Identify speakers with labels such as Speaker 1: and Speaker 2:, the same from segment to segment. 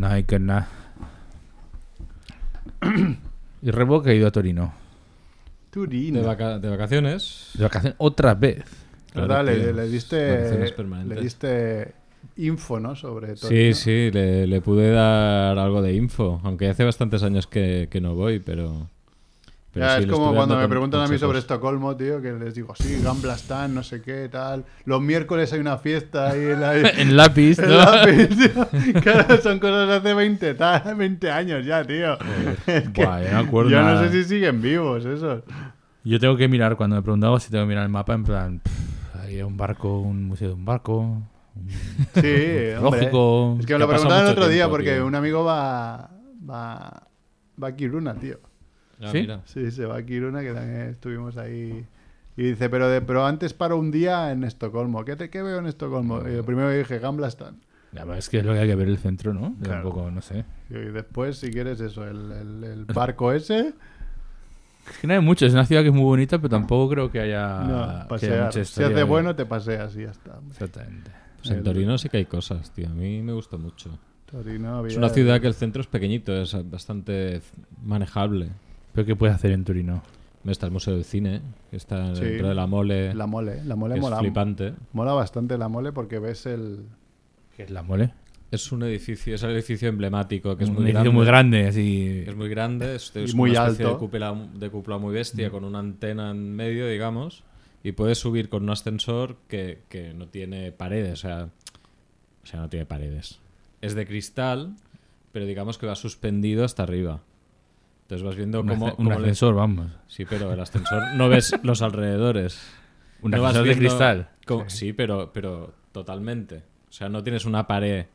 Speaker 1: No hay que nada. y Red Bull que ha ido a Torino.
Speaker 2: De,
Speaker 3: Turino.
Speaker 2: vaca- de vacaciones.
Speaker 1: De vacaciones otra vez.
Speaker 2: Claro,
Speaker 3: ¿Verdad?
Speaker 2: tío,
Speaker 3: Le, le
Speaker 2: las
Speaker 3: diste,
Speaker 2: vacaciones permanentes.
Speaker 3: le diste info, ¿no? Sobre todo.
Speaker 2: Sí, sí, le, le pude dar algo de info, aunque hace bastantes años que, que no voy, pero... pero
Speaker 3: Ya,
Speaker 2: sí,
Speaker 3: es
Speaker 2: le
Speaker 3: como
Speaker 2: estuve
Speaker 3: cuando
Speaker 2: dando
Speaker 3: me
Speaker 2: con-
Speaker 3: preguntan a mí
Speaker 2: consejos.
Speaker 3: sobre Estocolmo, tío, que les digo, sí, Gamblastán, no sé qué, tal. Los miércoles hay una fiesta ahí en la...
Speaker 1: En lápiz,
Speaker 3: en
Speaker 1: ¿no?
Speaker 3: Lápiz, tío. Claro, son cosas de hace 20, tal, 20 años ya, tío. Es que
Speaker 1: Buah, yo no me acuerdo
Speaker 3: yo no
Speaker 1: nada.
Speaker 3: sé si siguen vivos esos.
Speaker 1: Yo tengo que mirar, cuando me preguntaba si tengo que mirar el mapa, en plan, pff, hay un barco, un museo de un barco,
Speaker 3: Sí, hombre.
Speaker 1: lógico.
Speaker 3: Es que me
Speaker 2: Que ha
Speaker 3: lo
Speaker 2: pasado
Speaker 3: preguntaban el
Speaker 2: mucho
Speaker 3: otro día
Speaker 2: tiempo,
Speaker 3: porque
Speaker 2: tío.
Speaker 3: un amigo va, va, va a Kiruna, tío.
Speaker 2: Ah,
Speaker 1: ¿Sí?
Speaker 2: mira.
Speaker 3: Sí, se va a Kiruna, que también estuvimos ahí. Y dice, pero, de, pero antes paro un día en Estocolmo. ¿Qué, te, qué veo en Estocolmo? Y yo primero dije, Gamblastan.
Speaker 1: La verdad es que es lo que hay que ver el centro, ¿no? Yo
Speaker 3: Claro.
Speaker 1: Tampoco, no sé.
Speaker 3: Y después, si quieres eso, el, el- el barco ese.
Speaker 1: Es que no hay mucho, es una ciudad que es muy bonita, pero tampoco creo que
Speaker 2: Ah,
Speaker 1: haya, que haya
Speaker 3: no, pasear.
Speaker 1: mucha
Speaker 3: Si
Speaker 1: historia
Speaker 3: hace
Speaker 1: de-
Speaker 3: bueno, te paseas y ya está.
Speaker 1: Exactamente.
Speaker 2: Pues en Torino sí que hay cosas, tío. A mí me gusta mucho.
Speaker 3: Torino
Speaker 2: Es
Speaker 3: había-
Speaker 2: una ciudad que el centro es pequeñito, es bastante f- manejable.
Speaker 1: ¿Pero qué puedes hacer en Turino?
Speaker 2: Está el Museo del Cine, que está
Speaker 3: Sí.
Speaker 2: dentro de la mole,
Speaker 3: La mole, la
Speaker 2: que
Speaker 3: mole
Speaker 2: es
Speaker 3: mola.
Speaker 2: flipante.
Speaker 3: Mola bastante la mole porque ves el...
Speaker 1: ¿Qué es la mole?
Speaker 2: Es un edificio, es el edificio emblemático, que es
Speaker 1: un
Speaker 2: muy
Speaker 1: edificio
Speaker 2: grande.
Speaker 1: muy grande, así.
Speaker 2: Es muy grande, es, es
Speaker 3: Y muy
Speaker 2: una especie
Speaker 3: alto.
Speaker 2: de cúpula, de cúpula muy bestia con una antena en medio, digamos, y puedes subir con un ascensor que, que no tiene paredes, o sea, o sea, no tiene paredes. Es de cristal, pero digamos que va suspendido hasta arriba. Entonces vas viendo
Speaker 1: un
Speaker 2: cómo...
Speaker 1: asce- un
Speaker 2: cómo le-
Speaker 1: ascensor, vamos.
Speaker 2: Sí, pero el ascensor no ves los alrededores.
Speaker 1: Un
Speaker 2: No vas
Speaker 1: ascensor de
Speaker 2: viendo
Speaker 1: cristal.
Speaker 2: cómo- sí, pero, pero totalmente. O sea, no tienes una pared.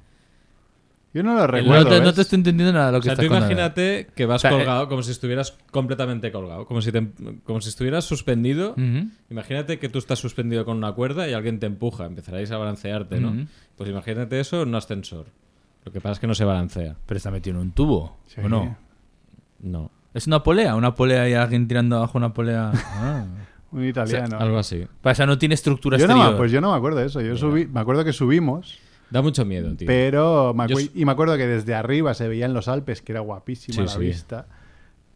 Speaker 3: Yo no lo
Speaker 1: No,
Speaker 3: recuerdo.
Speaker 1: te, no
Speaker 3: ¿ves?
Speaker 1: te estoy entendiendo nada de lo
Speaker 2: O
Speaker 1: que
Speaker 2: sea, tú
Speaker 1: estás contando.
Speaker 2: imagínate que
Speaker 1: O
Speaker 2: vas
Speaker 1: sea, eh,
Speaker 2: colgado como si estuvieras completamente colgado, como si, te em- como si estuvieras suspendido.
Speaker 1: Ujú.
Speaker 2: Imagínate que tú estás suspendido con una cuerda y alguien te empuja, empezaréis a balancearte, ¿no?
Speaker 1: Ujú.
Speaker 2: Pues imagínate eso en un ascensor. Lo que pasa es que no se balancea.
Speaker 1: Pero está metido en un tubo,
Speaker 3: Sí.
Speaker 1: ¿o no?
Speaker 2: No.
Speaker 1: Es una polea, una polea y alguien tirando abajo una polea. Ah.
Speaker 3: Un
Speaker 2: O sea,
Speaker 3: italiano.
Speaker 2: algo así.
Speaker 1: Para esa no tiene estructura
Speaker 3: Yo no me-
Speaker 1: exterior.
Speaker 3: pues yo no me acuerdo de eso. Yo subí, me acuerdo que subimos,
Speaker 2: Da mucho miedo, tío.
Speaker 3: pero me
Speaker 2: Yo
Speaker 3: acu-
Speaker 2: su-
Speaker 3: y me acuerdo que desde arriba se veían los Alpes, que era guapísima
Speaker 2: Sí,
Speaker 3: la
Speaker 2: sí.
Speaker 3: vista.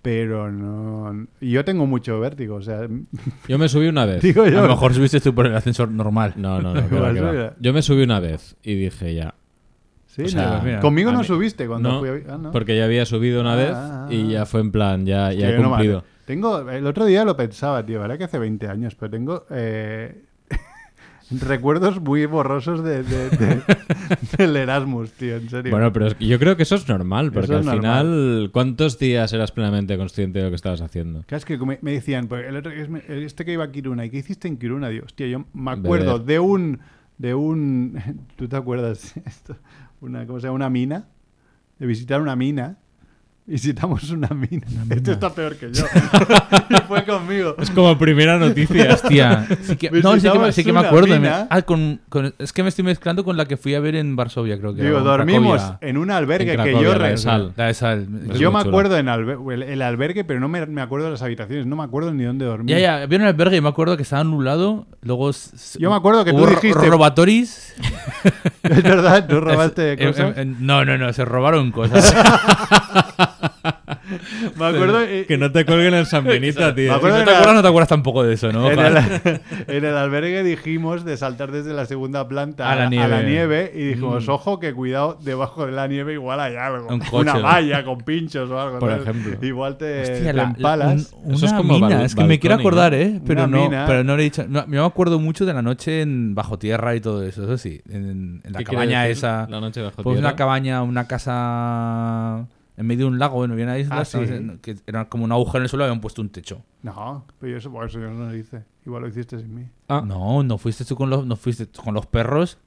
Speaker 3: Pero no. y Yo tengo mucho vértigo, o sea.
Speaker 2: Yo me subí una vez.
Speaker 3: digo yo.
Speaker 1: A lo mejor subiste tú por el ascensor normal.
Speaker 2: No, no, no. que va,
Speaker 3: Igual
Speaker 2: que va.
Speaker 3: subida.
Speaker 2: Yo me subí una vez y dije ya.
Speaker 3: Sí,
Speaker 2: o sea,
Speaker 3: no.
Speaker 1: mira,
Speaker 3: Conmigo
Speaker 2: a
Speaker 3: no
Speaker 2: mí-
Speaker 3: subiste cuando
Speaker 2: no,
Speaker 3: fui a. ah, no.
Speaker 2: Porque ya había subido una vez
Speaker 3: Ah, ah,
Speaker 2: y
Speaker 3: ah.
Speaker 2: ya fue en plan, ya, ya
Speaker 3: Que
Speaker 2: he
Speaker 3: no me-
Speaker 2: cumplido.
Speaker 3: tengo. El otro día lo pensaba, tío, ¿verdad? Que hace 20 años, pero tengo. eh, recuerdos muy borrosos de, de- de- del Erasmus, tío, en serio.
Speaker 2: Bueno, pero es que yo creo que eso es normal, porque
Speaker 3: Eso es
Speaker 2: al final, ¿cuántos días eras plenamente consciente de lo que estabas haciendo?
Speaker 3: Claro, es que me, me decían, pues, el otro, es- me- este que iba a Kiruna, ¿y qué hiciste en Kiruna? Dios, tío, yo me acuerdo
Speaker 2: Beber.
Speaker 3: de un, de un, ¿tú te acuerdas? Esto? Una, ¿Cómo se llama? Una mina, de visitar una mina. Visitamos una mina. Esto está peor que yo. Y Fue conmigo.
Speaker 2: Es como primera noticia.
Speaker 1: Hostia, sí que, no, sí que, me- sí que me
Speaker 3: Visitamos
Speaker 1: acuerdo.
Speaker 3: una
Speaker 1: me-
Speaker 3: mina.
Speaker 1: ah, con- con- es que me estoy mezclando con la que fui a ver en Varsovia, creo que. era, o
Speaker 3: Digo,
Speaker 1: en
Speaker 3: dormimos
Speaker 1: Cracovia.
Speaker 3: en un albergue
Speaker 2: En
Speaker 3: que yo
Speaker 2: Cracovia, la de
Speaker 3: re-
Speaker 2: sal.
Speaker 1: La de sal.
Speaker 2: Es
Speaker 3: Yo
Speaker 2: muy
Speaker 3: me
Speaker 2: chulo.
Speaker 3: acuerdo en albe- el, el albergue, pero no me, me acuerdo de las habitaciones, no me acuerdo ni dónde dormí.
Speaker 1: Ya, ya, había un albergue y me acuerdo que estaba nublado. Luego. s-
Speaker 3: Yo me acuerdo que tú
Speaker 1: hubo ro-
Speaker 3: dijiste-
Speaker 1: Robatoris.
Speaker 3: Es verdad, tú robaste
Speaker 1: Eh, eh,
Speaker 3: cosas.
Speaker 1: eh, no, no, no, se robaron cosas.
Speaker 3: me acuerdo. eh,
Speaker 2: que no te cuelguen en San Benita,
Speaker 3: Me
Speaker 2: tío.
Speaker 1: Si
Speaker 3: acuerdo
Speaker 1: no
Speaker 3: de
Speaker 1: te
Speaker 3: la-
Speaker 1: acuerdas, no te acuerdas tampoco de eso, ¿no?
Speaker 3: En
Speaker 1: Ojalá.
Speaker 3: el, en el albergue dijimos de saltar desde la segunda planta
Speaker 1: A la nieve. Mm.
Speaker 3: nieve, y dijimos, ojo, que cuidado, debajo de la nieve igual hay algo.
Speaker 1: Un coche,
Speaker 3: una
Speaker 1: ¿no?
Speaker 3: valla con pinchos o algo.
Speaker 2: Por
Speaker 3: ¿sabes?
Speaker 2: ejemplo.
Speaker 3: Igual te,
Speaker 1: Hostia, la-
Speaker 3: te
Speaker 1: la-
Speaker 3: eh, empalas.
Speaker 1: un- una
Speaker 2: Eso es como
Speaker 1: mina,
Speaker 2: bal-
Speaker 1: es que me quiero
Speaker 2: balcón,
Speaker 1: acordar,
Speaker 2: ¿no?
Speaker 1: ¿eh? Pero
Speaker 3: Una
Speaker 1: no,
Speaker 3: mina.
Speaker 1: pero no le he dicho. no, yo me acuerdo mucho de la noche en bajo tierra y todo eso, eso sí. En, en la
Speaker 2: ¿Qué quiere
Speaker 1: cabaña
Speaker 2: decir?
Speaker 1: esa.
Speaker 2: La noche bajo
Speaker 1: pues
Speaker 2: tierra.
Speaker 1: una cabaña, una casa en medio de un lago, en una isla,
Speaker 3: Ah, sí.
Speaker 1: ¿sabes? que era como un agujero en el suelo y habían puesto un techo.
Speaker 3: No, pero yo eso, por eso yo no lo hice. Igual lo hiciste sin mí.
Speaker 2: Ah.
Speaker 1: No, no fuiste tú con los, no fuiste tú con los perros.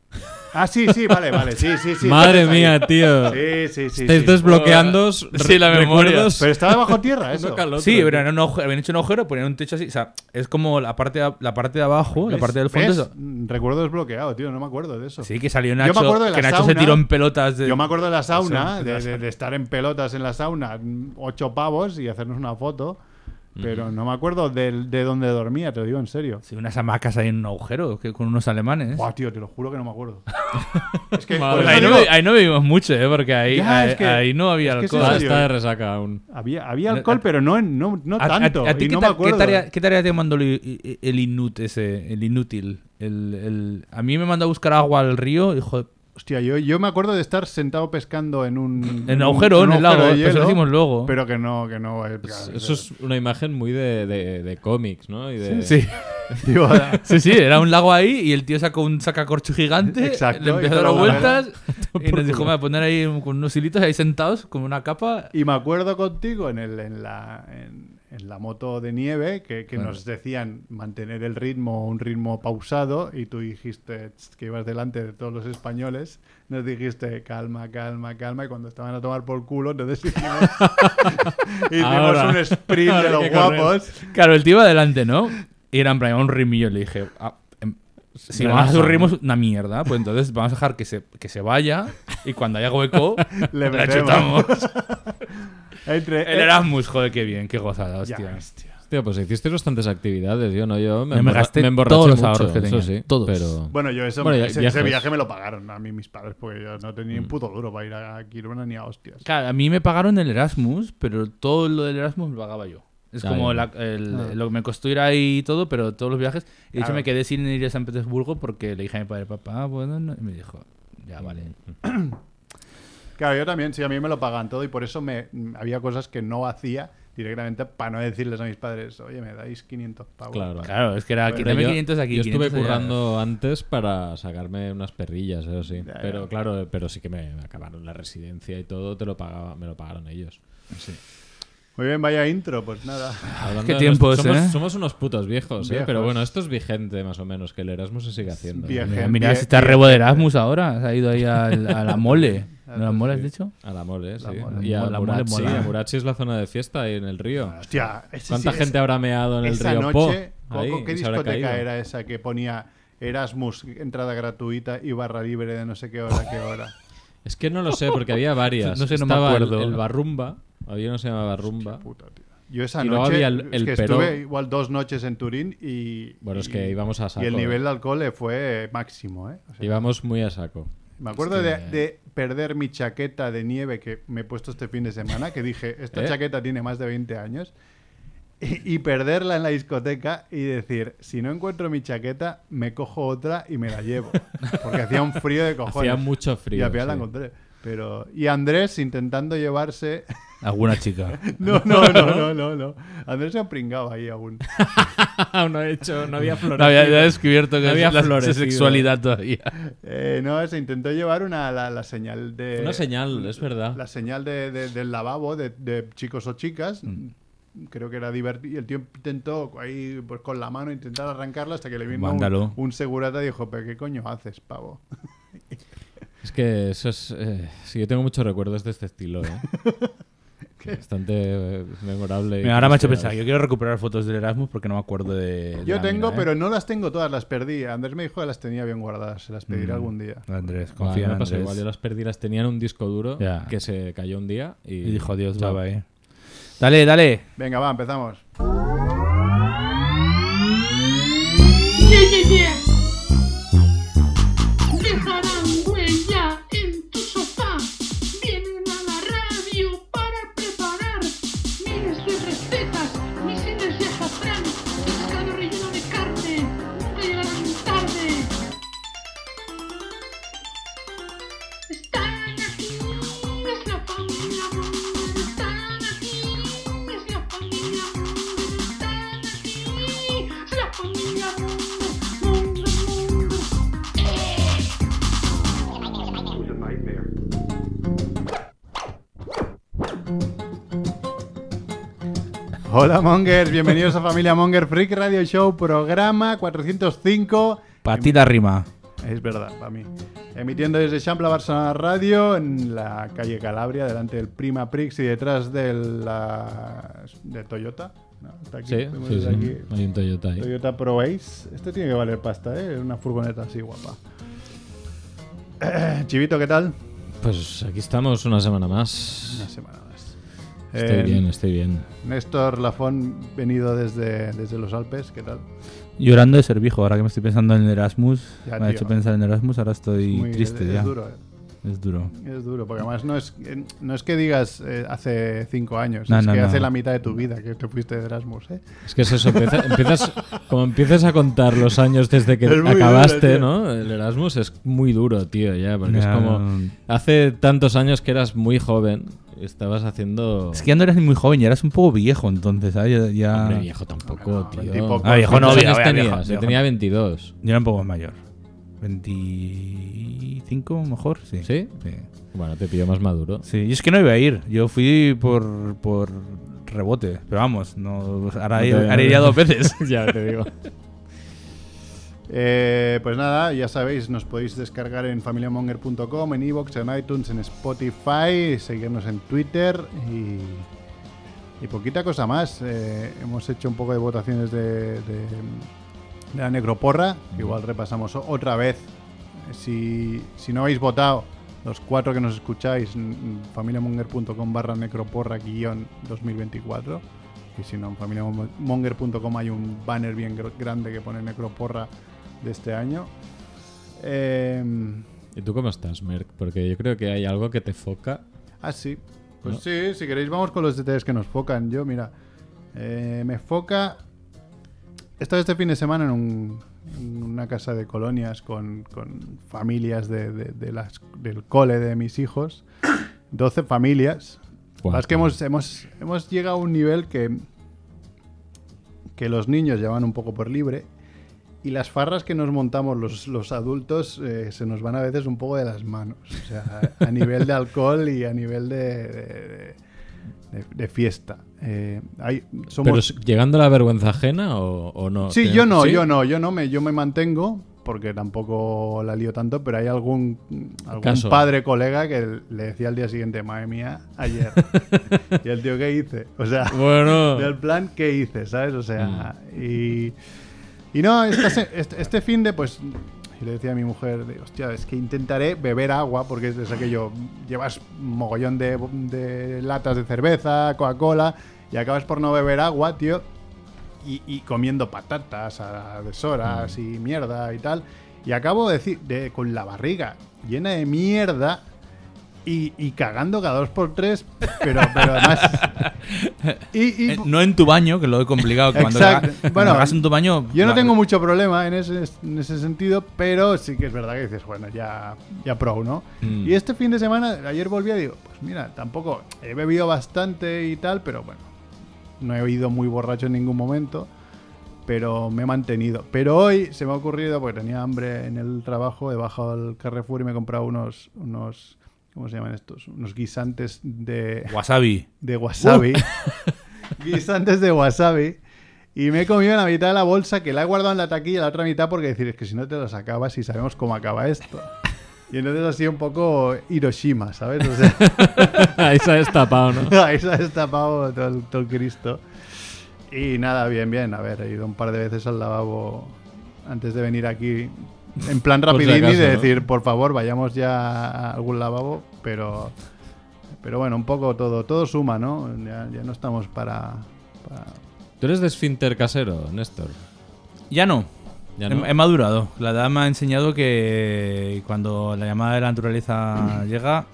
Speaker 3: Ah, sí, sí, vale, vale, sí, sí, sí.
Speaker 2: Madre
Speaker 3: entonces
Speaker 2: mía,
Speaker 3: ahí.
Speaker 2: tío.
Speaker 3: Sí, sí, sí.
Speaker 2: Estáis
Speaker 3: sí.
Speaker 2: desbloqueando sí, la memoria.
Speaker 3: Pero estaba bajo tierra eso.
Speaker 1: sí, pero era un agujero- habían hecho un agujero, ponían un techo así. O sea, es como la parte de, la parte de abajo, la parte del fondo.
Speaker 3: ¿Ves? Mm,
Speaker 1: eso-
Speaker 3: Recuerdo desbloqueado, tío, no me acuerdo de eso.
Speaker 1: Sí, que salió
Speaker 3: me
Speaker 1: Nacho.
Speaker 3: acuerdo de la
Speaker 1: que Nacho se
Speaker 3: sauna.
Speaker 1: tiró en pelotas. De,
Speaker 3: Yo me acuerdo de la sauna,
Speaker 1: Eso,
Speaker 3: de,
Speaker 1: de la
Speaker 3: de-
Speaker 1: sauna.
Speaker 3: de estar en pelotas en la sauna, mm, ocho pavos y hacernos una foto. Pero no me acuerdo del- de, dónde dormía, te lo digo en serio.
Speaker 1: Sí, unas hamacas ahí en un agujero que, con unos alemanes.
Speaker 3: Buah, tío, te lo juro que no me acuerdo. es que,
Speaker 2: Madre.
Speaker 3: por eso
Speaker 1: Ahí no,
Speaker 3: digo,
Speaker 1: vi- ahí no vivimos mucho, ¿eh? Porque ahí,
Speaker 3: Ya,
Speaker 1: ahí-
Speaker 3: es que-
Speaker 1: ahí no había
Speaker 3: es que es
Speaker 1: alcohol.
Speaker 2: Está,
Speaker 3: serio.
Speaker 2: está de resaca aún.
Speaker 3: había, había
Speaker 1: No,
Speaker 3: alcohol,
Speaker 1: a-
Speaker 3: pero no, en- no, no
Speaker 1: ¿A- a-
Speaker 3: tanto.
Speaker 1: a, ti
Speaker 3: y
Speaker 1: qué,
Speaker 3: no me
Speaker 1: ta- qué
Speaker 3: acuerdo.
Speaker 1: tarea, qué tarea te mandó el, el inut ese? El inútil. El, el- a mí me mandó a buscar agua al río. Hijo,
Speaker 3: Hostia, yo, yo me acuerdo de estar sentado pescando en un.
Speaker 1: en agujero, en el lago.
Speaker 3: agujero de
Speaker 1: Pues eso
Speaker 3: hielo,
Speaker 1: lo hicimos luego. Pues
Speaker 3: Pero que no, que no. eh,
Speaker 2: Eso es una imagen muy de, de- de cómics, ¿no? Y
Speaker 3: Eh.
Speaker 2: de-
Speaker 1: Sí.
Speaker 3: tío,
Speaker 1: Sí, sí, era un lago ahí y el tío sacó un sacacorcho gigante,
Speaker 3: Exacto,
Speaker 1: le empezó
Speaker 3: hizo
Speaker 1: a
Speaker 3: la
Speaker 1: dar
Speaker 3: bola.
Speaker 1: vueltas y nos dijo, me voy a poner ahí un- con unos hilitos ahí sentados con una capa.
Speaker 3: Y me acuerdo contigo en, el, en, la, en, en la moto de nieve que, que nos decían mantener el ritmo, un ritmo pausado, y tú dijiste tss, que ibas delante de todos los españoles, nos dijiste calma, calma, calma, y cuando estaban a tomar por culo, entonces hicimos, hicimos
Speaker 2: Ahora.
Speaker 3: un sprint
Speaker 2: Ahora
Speaker 3: de
Speaker 2: hay
Speaker 3: los
Speaker 2: que correr.
Speaker 3: guapos.
Speaker 1: Claro, el tío iba adelante, ¿no? Y era en plan un rimillo, le dije, "Ah, em, si
Speaker 2: Relaja,
Speaker 1: vamos a hacer un ritmo
Speaker 2: ¿no?
Speaker 1: es una mierda, pues entonces vamos a dejar que se, que se vaya y cuando haya hueco, la
Speaker 3: Le metemos.
Speaker 1: chutamos.
Speaker 3: Entre,
Speaker 1: El Erasmus, joder, qué bien, qué gozada,
Speaker 3: Ya,
Speaker 1: hostia.
Speaker 3: hostia.
Speaker 2: Hostia, pues hiciste bastantes actividades. Yo no, yo me,
Speaker 1: Yo me
Speaker 2: emborra-
Speaker 1: gasté
Speaker 2: me emborraché
Speaker 1: todos los
Speaker 2: mucho,
Speaker 1: ahorros que
Speaker 2: eso
Speaker 1: tenía,
Speaker 2: sí,
Speaker 1: todos.
Speaker 2: Pero...
Speaker 3: Bueno, yo eso-
Speaker 2: Bueno, ya-
Speaker 3: ese, ese
Speaker 2: viajes. Mm.
Speaker 3: viaje me lo pagaron a mí mis padres, porque yo no tenía un puto duro para ir a Kiruna ni a hostias.
Speaker 1: Claro, a mí me pagaron el Erasmus, pero todo lo del Erasmus lo pagaba yo. Es
Speaker 2: Ah,
Speaker 1: como
Speaker 2: ya.
Speaker 1: la- el-
Speaker 3: Ah.
Speaker 1: lo que me costó ir ahí y todo, pero todos los viajes. Y de hecho
Speaker 3: Claro.
Speaker 1: me quedé sin ir a San Petersburgo porque le dije a mi padre, papá, bueno, no", y me dijo, ya
Speaker 2: Mm,
Speaker 1: vale.
Speaker 3: Claro, yo también, sí, a mí me lo pagan todo y por eso me, m- había cosas que no hacía directamente para no decirles a mis padres, oye, me dais 500 pavos.
Speaker 2: Claro.
Speaker 1: Claro, es que era,
Speaker 3: Bueno,
Speaker 1: quítame
Speaker 2: yo,
Speaker 1: 500 aquí.
Speaker 2: yo estuve
Speaker 1: 500 allá.
Speaker 2: currando antes para sacarme unas perrillas, eso sí.
Speaker 3: Ya, ya.
Speaker 2: pero claro, pero sí que me acabaron la residencia y todo, te lo pagaba, me lo pagaron ellos.
Speaker 3: Muy bien, vaya intro, pues nada.
Speaker 2: Hablando
Speaker 1: qué
Speaker 2: de
Speaker 1: tiempos,
Speaker 2: nuestro- somos,
Speaker 1: ¿eh?
Speaker 2: somos unos putos viejos, ¿eh?
Speaker 3: Viejos.
Speaker 2: Pero bueno, esto es vigente más o menos, que el Erasmus se sigue haciendo. ¿eh?
Speaker 3: Viejo.
Speaker 1: Mira,
Speaker 3: Gente,
Speaker 1: mira, si está
Speaker 3: bien,
Speaker 1: rebo de Erasmus ahora, se ha ido ahí al- a, la mole. ¿No la mole has dicho?
Speaker 2: A la mole, sí.
Speaker 3: mole.
Speaker 2: y a
Speaker 1: La mole
Speaker 2: Murachi.
Speaker 1: mola.
Speaker 2: a Murachi es la zona de fiesta ahí en el río.
Speaker 3: Hostia, ese sí
Speaker 2: ¿Cuánta
Speaker 3: es-
Speaker 2: gente habrá meado en el
Speaker 3: esa
Speaker 2: río Po?
Speaker 3: noche,
Speaker 2: Ahí,
Speaker 3: Coco, ¿qué
Speaker 2: se habrá
Speaker 3: discoteca
Speaker 2: caído.
Speaker 3: era esa que ponía Erasmus, entrada gratuita y barra libre de no sé qué hora, qué hora?
Speaker 2: Es que no lo sé, porque había varias.
Speaker 1: No sé, no me
Speaker 2: Estaba el-
Speaker 1: acuerdo.
Speaker 2: El, Barrumba, había uno que se llamaba Barrumba.
Speaker 3: Puta, tío. Yo esa
Speaker 2: Y luego
Speaker 3: noche,
Speaker 2: había el-
Speaker 3: es
Speaker 2: el
Speaker 3: que
Speaker 2: Peró.
Speaker 3: estuve igual dos noches en Turín y...
Speaker 2: Bueno, es
Speaker 3: y-
Speaker 2: que íbamos a saco,
Speaker 3: Y el
Speaker 2: ¿eh?
Speaker 3: nivel de alcohol eh, fue máximo, ¿eh? O sea,
Speaker 2: Íbamos muy a saco.
Speaker 3: Me acuerdo de, de perder mi chaqueta de nieve que me he puesto este fin de semana, que dije, esta
Speaker 2: ¿Eh?
Speaker 3: chaqueta tiene más de 20 años, y, y perderla en la discoteca y decir, si no encuentro mi chaqueta, me cojo otra y me la llevo. Porque hacía un frío de cojones.
Speaker 1: eh.
Speaker 2: Hacía mucho frío.
Speaker 3: Y al final la
Speaker 2: sí.
Speaker 3: encontré. Pero, y Andrés intentando llevarse...
Speaker 1: Alguna chica.
Speaker 3: No, no, no, no, no, no. Andrés se ha pringado ahí aún.
Speaker 2: Aún Ah, no he hecho, no había flores.
Speaker 1: No, había, había descubierto que
Speaker 2: No había
Speaker 1: es la- su
Speaker 2: florecido.
Speaker 1: sexualidad todavía.
Speaker 3: Eh, no, se intentó llevar una, la, la señal de...
Speaker 2: Una señal, es verdad.
Speaker 3: la señal de- de- del lavabo de, de chicos o chicas. Creo que era divertido. Y el tío intentó ahí, pues con la mano, intentar arrancarla hasta que le vino
Speaker 1: Vándalo.
Speaker 3: un, un segurata y dijo: ¿Pero qué coño haces, pavo?
Speaker 2: Es que eso es. eh, sí, yo tengo muchos recuerdos de este estilo, ¿eh? Bastante eh, memorable. y
Speaker 1: Mira, ahora me ha hecho
Speaker 2: cristiano.
Speaker 1: pensar, yo quiero recuperar fotos del Erasmus porque no me acuerdo de... de
Speaker 3: Yo
Speaker 1: la
Speaker 3: tengo,
Speaker 1: mina, ¿eh?
Speaker 3: pero no las tengo todas, las perdí. Andrés me dijo que las tenía bien guardadas, se las pediré algún día.
Speaker 1: Mm. Andrés,
Speaker 2: Bueno,
Speaker 1: confía
Speaker 2: a mí
Speaker 1: en
Speaker 2: me pasó
Speaker 1: Andrés.
Speaker 2: igual, yo las perdí, las tenía en un disco duro
Speaker 1: Ya.
Speaker 2: que se cayó un día y,
Speaker 1: Y dijo, Dios,
Speaker 2: Chao.
Speaker 1: va, va, eh. Dale, dale.
Speaker 3: Venga, va, empezamos.
Speaker 4: Ye, ye, ye. Dejarán huella en tu sofá. Vienen a la radio para preparar miles de recetas, misiles de azafrán, pescado relleno de carne. Nunca llegarán tarde. Están aquí, es la familia Munger. Están aquí, es la familia Munger. Están aquí, es la familia Munger. Munger, Munger.
Speaker 3: Hola, Mongers, bienvenidos a Familia Monger Freak Radio Show, programa 405.
Speaker 1: Para ti la rima.
Speaker 3: Es verdad, para mí. Emitiendo desde Champla Barcelona Radio, en la calle Calabria, delante del Prima Prix y detrás de la de Toyota. ¿no? Está aquí,
Speaker 2: Sí,
Speaker 3: tenemos
Speaker 2: sí, sí.
Speaker 3: desde aquí.
Speaker 2: Hay un Toyota ahí.
Speaker 3: Toyota Pro Ace. Este tiene que valer pasta, ¿eh? Una furgoneta así guapa. Chivito, ¿qué tal?
Speaker 2: Pues aquí estamos una semana más.
Speaker 3: Una semana más.
Speaker 2: Estoy
Speaker 3: Eh,
Speaker 2: bien, estoy bien.
Speaker 3: Néstor Lafón, venido desde, desde los Alpes, ¿qué tal?
Speaker 1: Llorando de servijo, ahora que me estoy pensando en Erasmus.
Speaker 3: Ya,
Speaker 1: me ha
Speaker 3: tío.
Speaker 1: hecho pensar en Erasmus, ahora estoy
Speaker 3: Muy-
Speaker 1: triste
Speaker 3: es,
Speaker 1: ya.
Speaker 3: Es duro, ¿eh?
Speaker 1: Es duro.
Speaker 3: es duro, porque además no es, eh, no es que digas eh, hace cinco años,
Speaker 1: No,
Speaker 3: es
Speaker 1: no,
Speaker 3: que
Speaker 1: no.
Speaker 3: hace la mitad de tu vida que te fuiste de Erasmus, ¿eh?
Speaker 2: Es que es eso, empieza- empiezas, como empiezas a contar los años desde que
Speaker 3: Es muy duro, tío.
Speaker 2: acabaste, ¿no? El Erasmus es muy duro, tío, ya, porque es
Speaker 1: Ya,
Speaker 2: como...
Speaker 1: no.
Speaker 2: Hace tantos años que eras muy joven, estabas haciendo...
Speaker 1: Es que ya no eras ni muy joven, ya eras un poco viejo entonces, ¿sabes? Ya, ya-
Speaker 2: Hombre, viejo tampoco,
Speaker 3: Hombre, no,
Speaker 2: tío.
Speaker 3: 20 y Ah,
Speaker 1: viejo no,
Speaker 2: ¿Cuántos
Speaker 1: viejo,
Speaker 2: años
Speaker 1: viejo,
Speaker 2: tenías? Yo
Speaker 1: viejo.
Speaker 2: tenía 22.
Speaker 1: Yo era un poco más mayor. 25 mejor, sí.
Speaker 2: ¿Sí?
Speaker 1: Sí.
Speaker 2: Bueno, te pillo más maduro.
Speaker 1: Sí, y es que no iba a ir. Yo fui por, por rebote. Pero vamos, no, ahora,
Speaker 2: No te-
Speaker 1: ir- ahora iría dos veces.
Speaker 2: ya te digo.
Speaker 3: Eh, pues nada, ya sabéis, nos podéis descargar en familiamonger.com, en iVoox, en iTunes, en Spotify, seguirnos en Twitter y, y poquita cosa más. Eh, hemos hecho un poco de votaciones de, de- de la necroporra, que igual repasamos o- otra vez. Si, si no habéis votado, los cuatro que nos escucháis, n- n- familiamonger.com barra necroporra guión 2024. Y si no, en familiamonger.com hay un banner bien gr- grande que pone necroporra de este año. Em,
Speaker 2: ¿Y tú cómo estás, Merck? Porque yo creo que hay algo que te foca.
Speaker 3: Ah, sí. Pues
Speaker 2: ¿No?
Speaker 3: sí, si queréis vamos con los detalles que nos focan. Yo, mira, eh, me foca... He estado este fin de semana en, un- en una casa de colonias con, con familias de- de- de las, del cole de mis hijos. 12 familias.
Speaker 2: Guau.
Speaker 3: Es que hemos, hemos, hemos llegado a un nivel que, que los niños ya van un poco por libre y las farras que nos montamos los, los adultos eh, se nos van a veces un poco de las manos. O sea, a nivel de alcohol y a nivel de, de- de- de fiesta. Eh, hay- somos,
Speaker 2: ¿Pero s- llegando a la vergüenza ajena o, o no?
Speaker 3: Sí,
Speaker 2: ¿Te-
Speaker 3: yo no,
Speaker 2: sí?
Speaker 3: yo no, yo no me, yo me mantengo porque tampoco la lío tanto, pero hay algún, algún
Speaker 2: Caso.
Speaker 3: padre colega que le decía al día siguiente, madre mía, ayer. y el tío, ¿qué hice? O sea,
Speaker 2: Bueno, Mm.
Speaker 3: del plan, ¿qué hice? ¿Sabes? O sea, y, y no, esta se- este, este fin de, pues, y le decía a mi mujer, de, hostia, es que intentaré beber agua, porque es aquello, llevas mogollón de, de latas de cerveza, Coca-Cola, y acabas por no beber agua, tío, y, y comiendo patatas a deshoras y mierda y tal. Y acabo de decir, de- con la barriga llena de mierda y, y cagando cada dos por tres, pero, pero además. Y, y-
Speaker 1: Eh, no en tu baño, que lo he complicado. que Cuando,
Speaker 3: Exacto.
Speaker 1: haga- cuando
Speaker 3: Bueno,
Speaker 1: hagas en tu baño.
Speaker 3: yo no
Speaker 1: la-
Speaker 3: tengo mucho problema en ese, en ese sentido, pero sí que es verdad que dices, bueno, ya, ya pro, ¿no?
Speaker 2: Mm.
Speaker 3: Y este fin de semana, ayer volví y digo, pues mira, tampoco he bebido bastante y tal, pero bueno, no he ido muy borracho en ningún momento, pero me he mantenido. Pero hoy se me ha ocurrido, porque tenía hambre en el trabajo, he bajado al Carrefour y me he comprado unos, unos ¿cómo se llaman estos? Unos guisantes de,
Speaker 1: Wasabi.
Speaker 3: de wasabi. guisantes de wasabi. Y me he comido la mitad de la bolsa que la he guardado en la taquilla, la otra mitad porque decir, es que si no te las acabas y sabemos cómo acaba esto. Y entonces ha sido un poco Hiroshima, ¿sabes? O sea,
Speaker 2: ahí se ha destapado, ¿no?
Speaker 3: ahí se ha destapado todo el, todo el Cristo. Y nada, bien, bien. A ver, he ido un par de veces al lavabo antes de venir aquí. En plan
Speaker 2: Por si
Speaker 3: rapidini
Speaker 2: acaso,
Speaker 3: de
Speaker 2: ¿no?
Speaker 3: decir, por favor, vayamos ya a algún lavabo, pero pero bueno, un poco todo, todo suma, ¿no? Ya, ya no estamos para, para-
Speaker 2: Tú eres de esfínter casero, Néstor.
Speaker 1: Ya no.
Speaker 2: Ya
Speaker 1: He-
Speaker 2: no.
Speaker 1: He, madurado. La edad me ha enseñado que cuando la llamada de la naturaleza llega,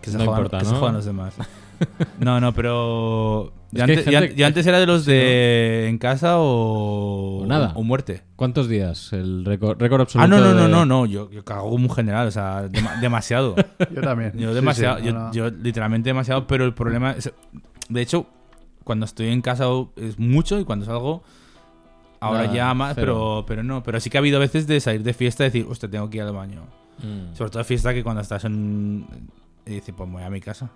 Speaker 1: que se,
Speaker 2: No
Speaker 1: jodan,
Speaker 2: importa,
Speaker 1: que se
Speaker 2: ¿no?
Speaker 1: jodan los demás. No, no, pero.
Speaker 2: Es
Speaker 1: Yo
Speaker 2: que hay
Speaker 1: antes, yo
Speaker 2: gente
Speaker 1: an-
Speaker 2: que-
Speaker 1: yo antes era de los de en casa o,
Speaker 2: O nada.
Speaker 1: o muerte.
Speaker 2: ¿Cuántos días? El récord, récord absoluto.
Speaker 1: Ah, no, no, no,
Speaker 2: de-
Speaker 1: no, no. Yo, yo cago como un general, o sea, dema- demasiado.
Speaker 3: Yo también. Sí,
Speaker 1: Yo
Speaker 3: sí,
Speaker 1: demasiado,
Speaker 3: no,
Speaker 1: yo,
Speaker 3: no.
Speaker 1: yo literalmente demasiado, pero el problema es, de hecho, cuando estoy en casa es mucho y cuando salgo ahora
Speaker 2: Nada,
Speaker 1: ya más,
Speaker 2: cero.
Speaker 1: pero pero no, pero sí que ha habido veces de salir de fiesta y decir, hostia, tengo que ir al baño.
Speaker 2: Mm.
Speaker 1: Sobre todo fiesta que cuando estás en y dices, pues me voy a mi casa.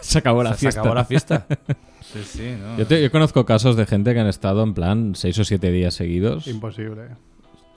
Speaker 2: Se acabó la
Speaker 1: O sea,
Speaker 2: fiesta.
Speaker 1: Se acabó la fiesta. sí, sí, no.
Speaker 2: Yo, te- yo conozco casos de gente que han estado en plan seis o siete días seguidos.
Speaker 3: Imposible.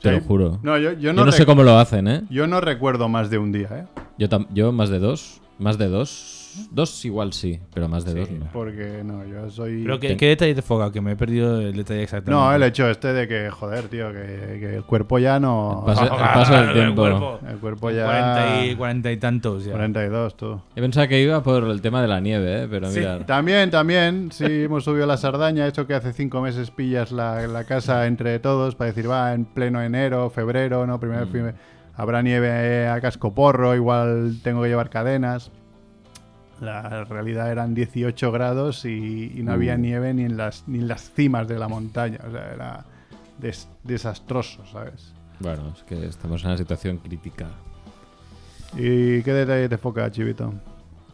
Speaker 2: te lo
Speaker 3: Sí.
Speaker 2: juro.
Speaker 3: No, yo, yo
Speaker 2: yo
Speaker 3: no,
Speaker 2: no sé
Speaker 3: rec-
Speaker 2: cómo lo hacen, ¿eh?
Speaker 3: yo no recuerdo más de un día, ¿eh?
Speaker 2: Yo, tam- yo más de dos. Más de dos. Dos, dos igual sí, pero más de dos no.
Speaker 3: Porque no, yo soy.
Speaker 1: Pero ¿qué, qué detalle te foca? Que me he perdido el detalle exactamente.
Speaker 3: No, el hecho este de que, joder, tío, que, que el cuerpo ya no.
Speaker 2: Pase- el paso del tiempo.
Speaker 3: El cuerpo ya.
Speaker 1: 40 y, 40 y tantos ya.
Speaker 3: 42, tú.
Speaker 2: He pensado que iba por el tema de la nieve, ¿eh? pero mira.
Speaker 3: También, también, sí, hemos subido a la Sardaña, eso que hace cinco meses pillas la, la casa entre todos para decir, va, en pleno enero, febrero, no, primero de fe- habrá nieve a cascoporro, igual tengo que llevar cadenas. La realidad eran 18 grados y, y no había nieve ni en, las, ni en las cimas de la montaña, o sea, era des- desastroso, ¿sabes?
Speaker 2: Bueno, es que estamos en una situación crítica.
Speaker 3: ¿Y qué detalle te foca, Chivito?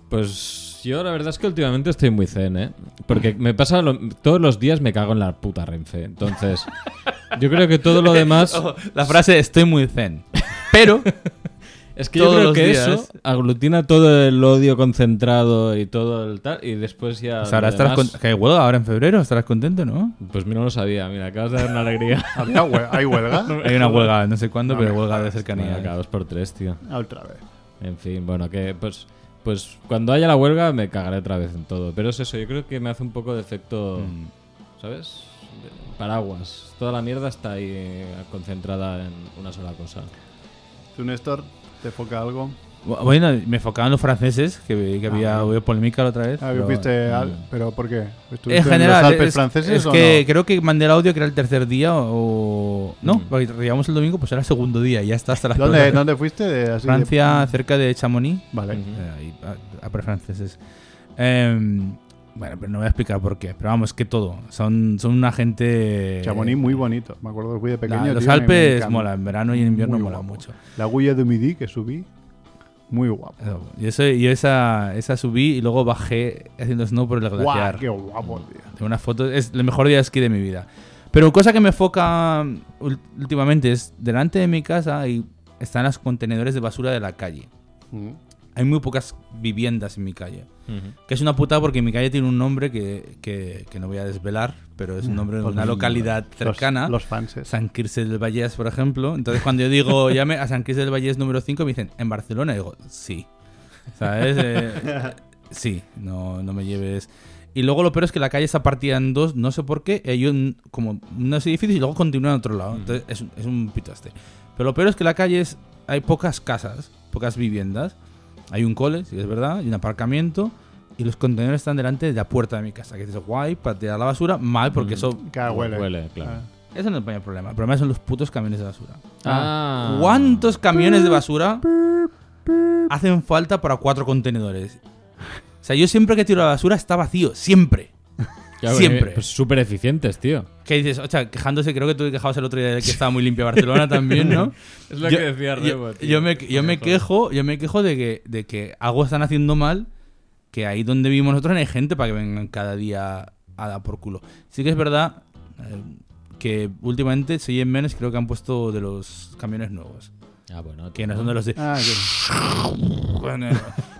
Speaker 2: Pues yo la verdad es que últimamente estoy muy zen, ¿eh? Porque me pasa lo- todos los días me cago en la puta Renfe. Entonces, yo creo que todo lo demás
Speaker 1: Ojo, la frase estoy muy zen. Pero
Speaker 2: es que yo
Speaker 1: Todos
Speaker 2: creo
Speaker 1: los
Speaker 2: que
Speaker 1: días.
Speaker 2: eso aglutina todo el odio concentrado y todo el tal y después ya
Speaker 1: o sea, ahora
Speaker 2: lo
Speaker 1: estarás
Speaker 2: demás-
Speaker 1: con- que, bueno, ahora en febrero estarás contento, ¿no?
Speaker 2: Pues mira, no lo sabía, mira, acabas de dar una alegría.
Speaker 3: ¿Había hue- ¿Hay huelga?
Speaker 1: Ah, Hay una huelga, no sé cuándo,
Speaker 3: No
Speaker 1: pero
Speaker 3: me
Speaker 1: huelga de
Speaker 2: Bueno,
Speaker 1: cercanía.
Speaker 2: cada dos por tres, tío.
Speaker 3: Otra vez.
Speaker 2: En fin, bueno, que pues, pues cuando haya la huelga me cagaré otra vez en todo. Pero es eso, yo creo que me hace un poco de efecto, ¿sabes? De- Paraguas. Toda la mierda está ahí eh, concentrada en una sola cosa.
Speaker 3: ¿Tú, Néstor, te foca algo?
Speaker 1: Bueno, me enfocaban los franceses, que, que había, hubo polémica la otra vez.
Speaker 3: Ah,
Speaker 1: pero-
Speaker 3: fuiste al- ¿Pero por qué? ¿Estuviste
Speaker 1: En general,
Speaker 3: los Alpes
Speaker 1: es,
Speaker 3: franceses
Speaker 1: es
Speaker 3: o
Speaker 1: que
Speaker 3: no?
Speaker 1: creo que mandé el audio que era el tercer día o... No, porque llegamos el domingo, pues era el segundo día, ya está hasta las
Speaker 3: ¿Dónde,
Speaker 1: pelotas.
Speaker 3: ¿Dónde fuiste? De, así de-
Speaker 1: Francia, cerca de Chamonix.
Speaker 3: Vale.
Speaker 1: Eh, ahí, a- a por franceses. Em, bueno, pero no voy a explicar por qué. Pero vamos, que todo. Son, son una gente.
Speaker 3: Chamonix muy bonito. Me acuerdo que fui de
Speaker 1: La-
Speaker 3: pequeño.
Speaker 1: los
Speaker 3: tío, me- me
Speaker 1: Alpes
Speaker 3: encanta.
Speaker 1: mola, en verano y en invierno
Speaker 3: Muy
Speaker 1: mola
Speaker 3: guapo.
Speaker 1: mucho.
Speaker 3: La Guya de Midi que subí, muy guapo.
Speaker 1: Eso, Yo, soy- yo esa, esa subí y luego bajé haciendo snow por el
Speaker 3: ¡Guau!
Speaker 1: glaciar.
Speaker 3: ¡Qué guapo, tío!
Speaker 1: Tengo una foto, es el mejor día de esquí de mi vida. Pero cosa que me foca ul- últimamente es delante de mi casa y están los contenedores de basura de la calle.
Speaker 3: Mm.
Speaker 1: Hay muy pocas viviendas en mi calle. Que es una putada porque mi calle tiene un nombre que, que- que no voy a desvelar, pero es un nombre de
Speaker 3: Pues
Speaker 1: una
Speaker 3: los-
Speaker 1: localidad
Speaker 3: Los-
Speaker 1: cercana.
Speaker 3: Los, fanses.
Speaker 1: eh, San Quirce del Vallés, por ejemplo. Entonces, cuando yo digo llame a San Quirce del Vallés número 5, me dicen, ¿en Barcelona? Y digo, sí. ¿Sabes? Eh, sí, no, no me lleves. Y luego lo peor es que la calle está partida en dos, no sé por qué. y Hay un, como unos edificios y luego continúa en otro lado. Entonces, es, un- es un pito este. Pero lo peor es que la calle es, hay pocas casas, pocas viviendas. Hay un cole, si es verdad, y un aparcamiento. Y los contenedores están delante de la puerta de mi casa. Que es guay, para tirar la basura, mal, porque eso
Speaker 3: Que huele.
Speaker 2: Huele, claro.
Speaker 1: eso no es el problema. El problema son los putos camiones de basura.
Speaker 2: Ah.
Speaker 1: ¿Cuántos camiones de basura hacen falta para cuatro contenedores? O sea, yo siempre que tiro la basura está vacío, siempre.
Speaker 2: Claro,
Speaker 1: Siempre.
Speaker 2: eh, pues Súper eficientes, tío.
Speaker 1: ¿Qué dices? O sea, quejándose, creo que tú te quejabas el otro día de que estaba muy limpia Barcelona también, ¿no?
Speaker 2: Es lo que decía Rebo,
Speaker 1: yo,
Speaker 2: tío.
Speaker 1: yo me, yo me
Speaker 2: Joder.
Speaker 1: quejo, yo me quejo de que, de que algo están haciendo mal, que ahí donde vivimos nosotros no hay gente para que vengan cada día a dar por culo. Sí que es verdad eh, que últimamente se oyen menos, creo que han puesto de los camiones nuevos.
Speaker 2: Ah, bueno.
Speaker 1: Que
Speaker 2: tío.
Speaker 1: no son de los de...
Speaker 3: Ah, que-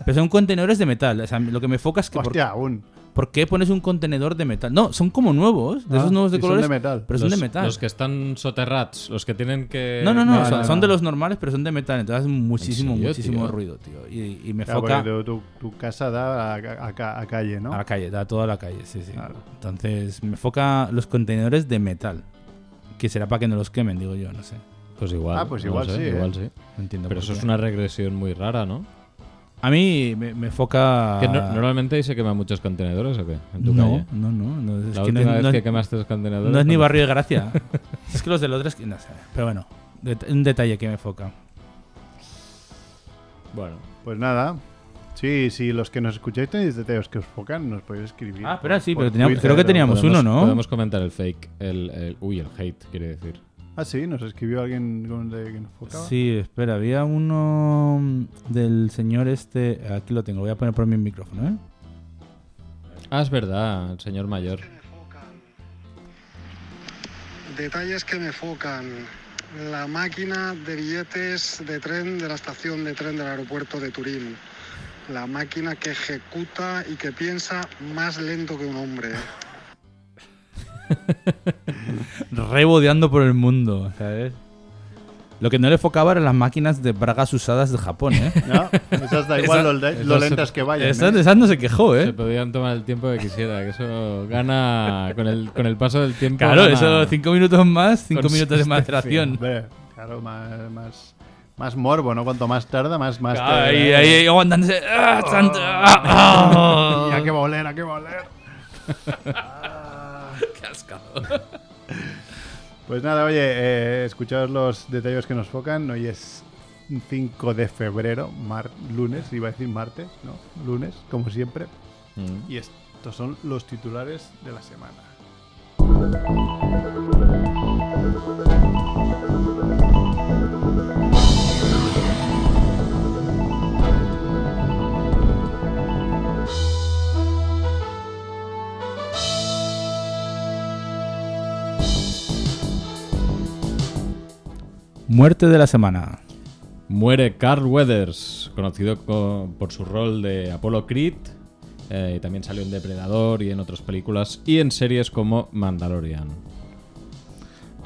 Speaker 1: Pero son contenedores de metal. O sea, lo que me foca es que... Por,
Speaker 3: Hostia, aún.
Speaker 1: ¿por qué pones un contenedor de metal? No, son como nuevos, de
Speaker 3: Ah,
Speaker 1: esos nuevos de
Speaker 3: y son
Speaker 1: colores.
Speaker 3: de metal.
Speaker 1: Pero son
Speaker 2: los,
Speaker 1: de metal.
Speaker 2: Los que están soterrats, los que tienen que. Ah,
Speaker 1: No, no, no,
Speaker 3: No,
Speaker 1: son,
Speaker 3: no,
Speaker 1: son
Speaker 3: no.
Speaker 1: de los normales, pero son de metal. Entonces hace muchísimo,
Speaker 2: serio,
Speaker 1: muchísimo
Speaker 2: tío?
Speaker 1: ruido, tío. Y, y me
Speaker 3: Claro,
Speaker 1: foca
Speaker 3: porque tu, tu- tu casa da a, a- a ca- a calle, ¿no?
Speaker 1: a la calle, da toda la calle, sí, sí.
Speaker 3: Claro.
Speaker 1: Entonces me foca los contenedores de metal. Que será para que no los quemen, digo yo, no sé.
Speaker 2: Pues igual.
Speaker 3: Ah, pues
Speaker 2: no
Speaker 3: igual
Speaker 2: sé,
Speaker 3: sí, ¿eh?
Speaker 2: Igual sí.
Speaker 1: No entiendo.
Speaker 2: Pero
Speaker 1: por
Speaker 2: eso
Speaker 1: qué.
Speaker 2: es una regresión muy rara, ¿no?
Speaker 1: A mí me, me foca.
Speaker 2: Que no- normalmente dice que quema muchos contenedores o qué. En tu
Speaker 1: Ah. no,
Speaker 2: calle.
Speaker 1: no, no, no, es
Speaker 2: La
Speaker 1: que no es-
Speaker 2: última vez
Speaker 1: no es-
Speaker 2: que quemaste los contenedores.
Speaker 1: No es ni
Speaker 2: ¿cuándo
Speaker 1: barrio de gracia. es que los del otro es que no sé. Pero bueno, det- un detalle que me foca.
Speaker 2: fue? Bueno.
Speaker 3: Pues nada. Sí, sí, los que nos escucháis tenéis detalles que os focan, nos podéis escribir.
Speaker 1: Ah,
Speaker 3: por-
Speaker 1: espera, sí,
Speaker 3: por
Speaker 1: pero teníamos-
Speaker 3: Twitter
Speaker 1: creo que
Speaker 3: o-
Speaker 1: teníamos uno, ¿no?
Speaker 2: Podemos comentar el fake. El, el- uy, el hate, quiere decir.
Speaker 3: Ah, sí, nos escribió alguien con- de- que nos focaba.
Speaker 1: Sí, espera, había uno mm, del señor este. Aquí lo tengo, voy a poner por mi micrófono, ¿eh?
Speaker 2: Ah, es verdad, el señor mayor.
Speaker 5: que me focan. Detalles que me focan. La máquina de billetes de tren de la estación de tren del aeropuerto de Turín. La máquina que ejecuta y que piensa más lento que un hombre.
Speaker 1: Rebodeando por el mundo, ¿sabes? Lo que no le focaba eran las máquinas de bragas usadas de Japón, ¿eh?
Speaker 3: No, esas da igual
Speaker 1: Esa-
Speaker 3: lo, le-
Speaker 2: esas
Speaker 3: lo
Speaker 2: se-
Speaker 3: lentas que vayan.
Speaker 1: Esas,
Speaker 3: ¿eh?
Speaker 1: esas no se quejó,
Speaker 2: Se
Speaker 1: ¿eh?
Speaker 2: podían tomar el tiempo que quisiera, que eso gana con el, con el paso del tiempo.
Speaker 1: Claro,
Speaker 2: gana-
Speaker 1: eso, cinco minutos más, cinco minutos de maceración.
Speaker 3: Hombre, claro, más, más, más morbo, ¿no? Cuanto más tarda, más... más
Speaker 1: Ahí,
Speaker 3: te-
Speaker 1: ahí, aguantándose. ¡Ah, santo! ¡Ah!
Speaker 3: Y
Speaker 1: ¡Ah!
Speaker 3: hay que volver, hay que volver. Pues nada, oye, eh, escuchaos los detalles que nos focan. Hoy es 5 de febrero, mar- lunes, iba a decir martes, ¿no? Lunes, como siempre.
Speaker 2: Mm.
Speaker 3: Y estos son los titulares de la semana.
Speaker 1: Muerte de la semana.
Speaker 2: Muere Carl Weathers, conocido co- por su rol de Apollo Creed. eh, y también salió en Depredador y en otras películas y en series como Mandalorian.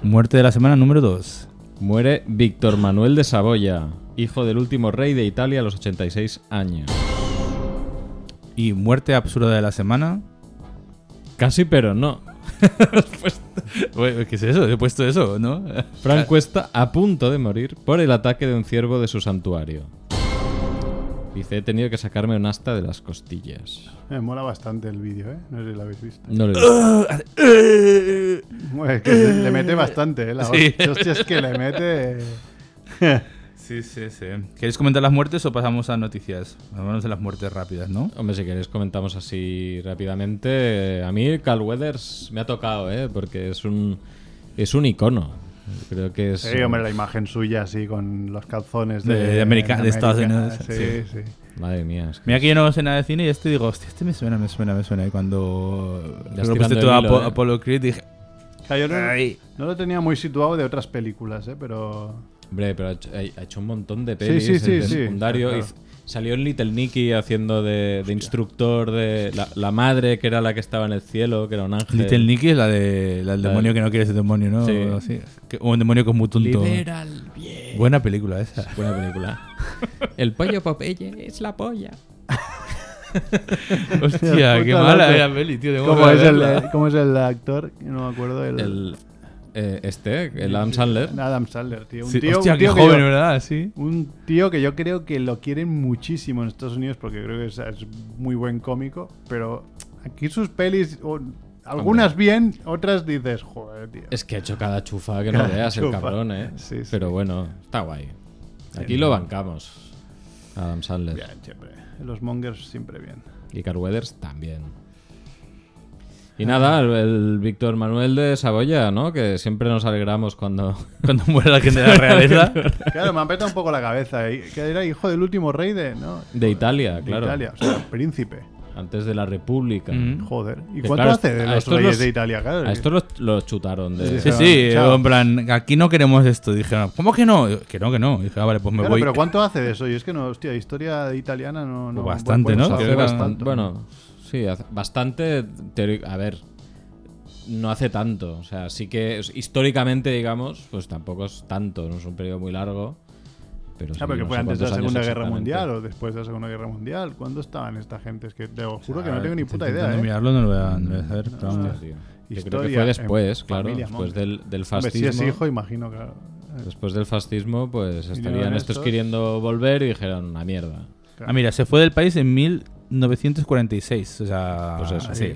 Speaker 1: Muerte de la semana número 2.
Speaker 2: Muere Víctor Manuel de Saboya, hijo del último rey de Italia a los 86 años.
Speaker 1: Y muerte absurda de la semana.
Speaker 2: Casi, pero no.
Speaker 1: Ué, ¿Qué es eso? He puesto eso, ¿no?
Speaker 2: Frank Cuesta a punto de morir por el ataque de un ciervo de su santuario. Dice, he tenido que sacarme un asta de las costillas.
Speaker 3: Me mola bastante el vídeo, ¿eh? No sé si lo habéis visto.
Speaker 2: No lo he visto.
Speaker 3: Bueno, es que le le mete bastante, ¿eh? La
Speaker 1: Sí.
Speaker 3: hostia, hostia, es que le mete... eh,
Speaker 1: Sí, sí, sí. ¿Queréis comentar las muertes o pasamos a noticias? Vamos a las muertes rápidas, ¿no?
Speaker 2: Hombre, si queréis comentamos así rápidamente. A mí Carl Weathers me ha tocado, ¿eh? Porque es un, es un icono. Creo que es...
Speaker 3: Sí, hombre, la imagen suya así con los calzones de...
Speaker 1: De- de América-
Speaker 3: en
Speaker 1: de Estados
Speaker 3: América.
Speaker 1: Unidos.
Speaker 3: Sí, sí.
Speaker 2: Madre mía. es que-
Speaker 1: Mira que yo no sé nada de cine y este digo, hostia, este me suena, me suena, me suena. Y cuando
Speaker 2: Ya
Speaker 1: me lo
Speaker 2: estoy
Speaker 1: puse
Speaker 2: dando
Speaker 1: todo
Speaker 2: el hilo,
Speaker 1: Apo-
Speaker 2: eh.
Speaker 1: Apollo Creed dije,
Speaker 3: Claro, yo
Speaker 1: Ay.
Speaker 3: no, no lo tenía muy situado de otras películas, ¿eh? Pero...
Speaker 2: Hombre, pero ha hecho, ha- ha hecho un montón de pelis
Speaker 3: sí, sí,
Speaker 2: en- de
Speaker 3: sí.
Speaker 2: secundario.
Speaker 3: Claro.
Speaker 2: Hiz- Salió en Little Nicky haciendo de, de instructor de la, la madre que era la que estaba en el cielo, que era un ángel.
Speaker 1: Little Nicky es la, de, la del
Speaker 2: La
Speaker 1: demonio
Speaker 2: del-
Speaker 1: que no quiere ser demonio, ¿no?
Speaker 2: Sí.
Speaker 1: O, así. Que- o un demonio que es muy tonto. Buena película esa.
Speaker 2: Buena película. El pollo Popeye es la polla.
Speaker 1: Hostia, qué
Speaker 3: puta
Speaker 1: mala
Speaker 3: loco.
Speaker 1: era peli, tío. tengo
Speaker 3: ¿Cómo
Speaker 1: que
Speaker 3: es, el,
Speaker 1: verla.
Speaker 3: eh, ¿Cómo es el actor? No me acuerdo. El,
Speaker 2: El, eh, este, el Adam Sandler.
Speaker 3: Adam Sandler, tío. Un
Speaker 1: Sí,
Speaker 3: tío,
Speaker 1: hostia,
Speaker 3: un tío
Speaker 1: qué
Speaker 3: que
Speaker 1: joven,
Speaker 3: yo-
Speaker 1: ¿verdad? Sí.
Speaker 3: un tío que yo creo que lo quieren muchísimo en Estados Unidos porque creo que es, es muy buen cómico, pero aquí sus pelis, o- algunas bien, otras dices, joder, tío.
Speaker 2: Es que ha hecho cada chufa que no
Speaker 3: Cada
Speaker 2: veas el
Speaker 3: chufa.
Speaker 2: cabrón, ¿eh?
Speaker 3: Sí, sí.
Speaker 2: Pero bueno, está guay. Aquí lo bancamos. Adam Sandler.
Speaker 3: Bien, siempre. Los mongers siempre bien.
Speaker 2: Y Carl Weathers también. Y nada, el, el Víctor Manuel de Saboya, ¿no? Que siempre nos alegramos cuando...
Speaker 1: Cuando muere la gente de la realeza.
Speaker 3: Claro, me han petado un poco la cabeza. ¿eh? Que era hijo del último rey de, ¿no?
Speaker 2: De Italia,
Speaker 3: De
Speaker 2: claro.
Speaker 3: Italia, o sea, príncipe.
Speaker 2: Antes de la República.
Speaker 1: Mm.
Speaker 3: Joder. ¿Y
Speaker 2: Que
Speaker 3: cuánto
Speaker 2: claro,
Speaker 3: hace de
Speaker 2: a
Speaker 3: los
Speaker 2: estos
Speaker 3: reyes
Speaker 2: los-
Speaker 3: de Italia? Claro,
Speaker 2: A estos los, los chutaron de...
Speaker 1: Sí,
Speaker 3: Chao,
Speaker 1: sí,
Speaker 3: chao.
Speaker 1: en plan, aquí no queremos esto. Dijeron, ¿cómo que no? Que no, que no. Dije, ah, vale, pues me
Speaker 3: Claro,
Speaker 1: voy.
Speaker 3: pero ¿cuánto hace de eso? Y es que no, hostia, historia italiana no. no
Speaker 1: Bastante,
Speaker 3: bueno,
Speaker 1: ¿no?
Speaker 3: saber
Speaker 1: Creo que
Speaker 3: Pues ¿eh?
Speaker 1: bastante.
Speaker 3: bastante.
Speaker 2: Bueno, sí, hace- bastante... teori- A ver, no hace tanto. O sea, sí que es- históricamente, digamos, pues tampoco es tanto. No es un periodo muy largo. Pero sí,
Speaker 3: Ah, pero que
Speaker 2: no
Speaker 3: fue
Speaker 2: sé
Speaker 3: antes de la
Speaker 2: cuántos años
Speaker 3: Segunda Guerra
Speaker 2: exactamente.
Speaker 3: Mundial o después de la Segunda Guerra Mundial. ¿Cuándo estaban esta gente? Es que te lo juro que no
Speaker 2: Ah,
Speaker 3: tengo ni
Speaker 1: Estoy
Speaker 3: puta idea.
Speaker 1: intentando
Speaker 3: ¿eh?
Speaker 1: mirarlo, no lo voy a, no lo voy a saber. pero
Speaker 2: Hostia,
Speaker 1: vamos.
Speaker 2: tío. Yo creo que
Speaker 3: Historia,
Speaker 2: fue después,
Speaker 3: em,
Speaker 2: claro.
Speaker 3: familia
Speaker 2: Después
Speaker 3: Monge.
Speaker 2: del, del
Speaker 3: Hombre,
Speaker 2: fascismo.
Speaker 3: si es hijo, imagino, claro. Eh,
Speaker 2: Después del fascismo, pues estarían estos
Speaker 3: estos.
Speaker 2: queriendo volver y dijeron una mierda.
Speaker 1: Ah, mira, se fue del país en 1946. O sea,
Speaker 2: Pues eso.
Speaker 1: sí.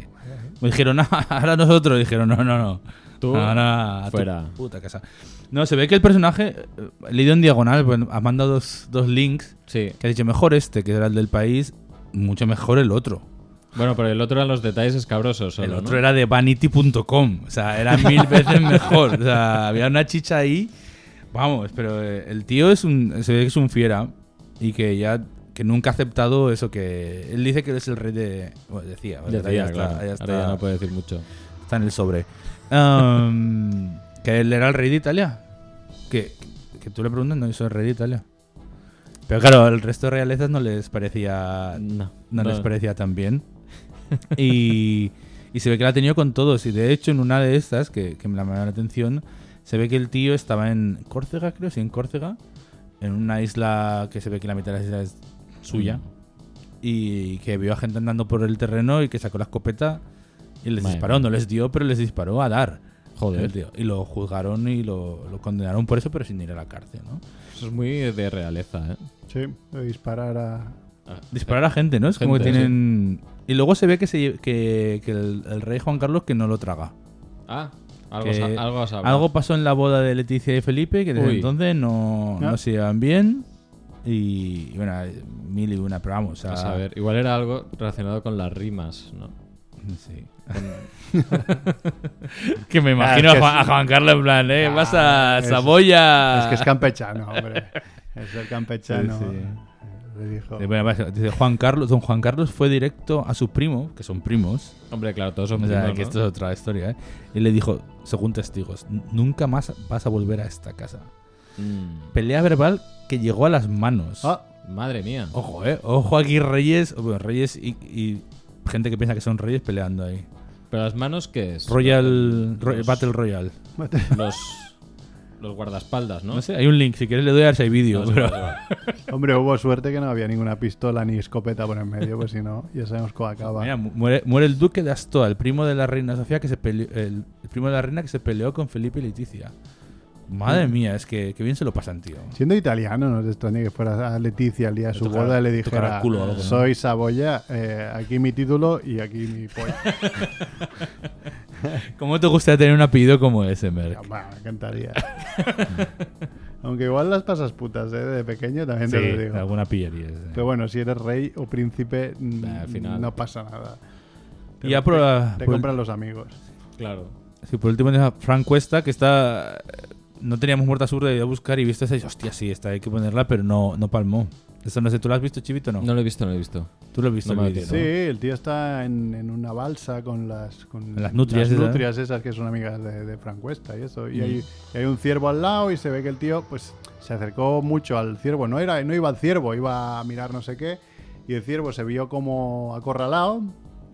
Speaker 1: Me dijeron, "Ah, ahora nosotros. Dijeron, no, no, no.
Speaker 2: Tú,
Speaker 1: ahora a tu
Speaker 2: fuera.
Speaker 1: puta casa. No, se ve que el personaje, eh, leído en diagonal, bueno, has mandado dos, dos links
Speaker 2: Sí.
Speaker 1: que ha dicho mejor este, que era el del país, mucho mejor el otro.
Speaker 2: Bueno, pero el otro eran los detalles escabrosos. solo,
Speaker 1: el
Speaker 2: ¿no?
Speaker 1: otro era de vanity.com, o sea, era mil veces mejor. O sea, había una chicha ahí. Vamos, pero eh, el tío es un, se ve que es un fiera y que ya que nunca ha aceptado eso que él dice que es el rey de bueno, decía,
Speaker 2: Decía,
Speaker 1: ahora ya está,
Speaker 2: claro.
Speaker 1: ya
Speaker 2: Ahora ya
Speaker 1: está.
Speaker 2: no puede decir mucho.
Speaker 1: Está en el sobre. Am, que él era el rey de Italia. Que, que tú le preguntas, no, yo soy el rey de Italia. Pero claro, el resto de realezas no les parecía. Ah, No,
Speaker 2: No.
Speaker 1: les parecía tan bien. Y, y se ve que la ha tenido con todos. Y de hecho, en una de estas, que, que me la llamó la atención, Se ve que el tío estaba en Córcega, creo, sí, en Córcega, en una isla que se ve que la mitad de la isla es suya,
Speaker 2: Mm.
Speaker 1: y que vio a gente andando por el terreno y que sacó la escopeta y les
Speaker 2: Madre
Speaker 1: disparó. No les dio, pero les disparó a dar.
Speaker 2: Joder.
Speaker 1: El tío. Y lo juzgaron y lo, lo condenaron por eso, pero sin ir a la cárcel, ¿no?
Speaker 2: Eso es muy de realeza, ¿eh?
Speaker 3: Sí, de disparar a.
Speaker 2: Ah,
Speaker 1: Disparar a gente, ¿no? Es como que
Speaker 2: Gente,
Speaker 1: tienen... Y luego se ve que, se, lle- que, que el, el rey Juan Carlos que no lo traga.
Speaker 2: Ah, algo,
Speaker 1: que
Speaker 2: sa- algo has hablado.
Speaker 1: algo pasó en la boda de Leticia y Felipe que desde
Speaker 2: Uy.
Speaker 1: entonces no,
Speaker 3: Ah.
Speaker 1: no se llevan bien. Y, y bueno, mil y una, pero vamos.
Speaker 2: A
Speaker 1: a-
Speaker 2: saber, igual era algo relacionado con las rimas, ¿no?
Speaker 1: sí. que me imagino
Speaker 3: Ah, es que
Speaker 1: a, Juan,
Speaker 3: es- Ah,
Speaker 1: a Juan Carlos en plan, ¿eh? Vas a
Speaker 3: es-
Speaker 2: Ah.
Speaker 1: Saboya.
Speaker 3: Es que es campechano, hombre. Es el campechano.
Speaker 1: Sí, sí.
Speaker 3: Le dijo.
Speaker 1: Eh, bueno, vas- dice, Juan Carlos, don Juan Carlos fue directo a sus primos, que son primos,
Speaker 2: Hombre, claro, todos son
Speaker 1: O sea,
Speaker 2: primos,
Speaker 1: que
Speaker 2: ¿no?
Speaker 1: esto es otra historia, ¿eh? Y le dijo, según testigos, nunca más vas a volver a esta casa.
Speaker 2: Mm,
Speaker 1: Pelea verbal que llegó a las manos.
Speaker 3: Ah,
Speaker 2: madre mía.
Speaker 1: Ojo, ¿eh? Ojo aquí reyes, bueno, reyes y, y gente que piensa que son reyes peleando ahí.
Speaker 2: Pero las manos, ¿qué es?
Speaker 1: Royal, Roy-
Speaker 2: Los-
Speaker 1: Battle Royal.
Speaker 3: mate-
Speaker 2: Los, los guardaespaldas, ¿no?
Speaker 1: No sé, hay un link, si quieres le doy a ver si hay vídeo.
Speaker 2: No, sí,
Speaker 1: pero-
Speaker 2: vale, vale.
Speaker 3: hombre, hubo suerte que no había ninguna pistola ni escopeta por en medio, pues si no, ya sabemos cómo acaba.
Speaker 1: Mira, mu- muere, muere el duque de Astoa, el primo de la reina Sofía que se peleó, el, el primo de la reina que se peleó con Felipe y Leticia. Madre mía, es que, que bien se lo pasan, tío.
Speaker 3: Siendo italiano, no te extraña que fuera a Leticia el día de su
Speaker 1: tocara-
Speaker 3: boda y le
Speaker 1: le tocara
Speaker 3: dijera:
Speaker 1: el culo o algo, ¿no?
Speaker 3: Soy Saboya, eh, aquí mi título y aquí mi polla.
Speaker 1: ¿Cómo te gustaría tener un apellido como ese, Merck?
Speaker 3: Bah, me encantaría. Aunque igual las pasas putas, ¿eh? De pequeño también te lo
Speaker 1: Sí,
Speaker 3: digo.
Speaker 1: alguna eh. pillería. sí.
Speaker 3: Pero bueno, si eres rey o príncipe, mm,
Speaker 2: Bah, al final-
Speaker 3: no pasa nada.
Speaker 1: Y ya por la-
Speaker 3: te,
Speaker 1: por el-
Speaker 3: compran los amigos.
Speaker 2: Claro.
Speaker 1: Sí, por último tenemos a Frank Cuesta, que está... eh, No teníamos muerta sur de ir a buscar y viste esa y hostia, sí, esta hay que ponerla, pero no, no palmó. Eso no sé, ¿tú lo has visto, Chivito, o no?
Speaker 2: No lo he visto, no lo he visto.
Speaker 1: Tú lo has visto,
Speaker 2: no me
Speaker 1: el vídeo,
Speaker 2: lo
Speaker 3: Sí,
Speaker 1: ¿no?
Speaker 3: el tío está en, en una balsa con las, con
Speaker 1: Las nutrias esas. ¿eh?
Speaker 3: nutrias esas que son amigas de, de Francuesta y eso. Y, hay,
Speaker 1: Mm.
Speaker 3: y hay un ciervo al lado y se ve que el tío pues se acercó mucho al ciervo. No, era, no iba al ciervo, iba a mirar no sé qué. Y el ciervo se vio como acorralado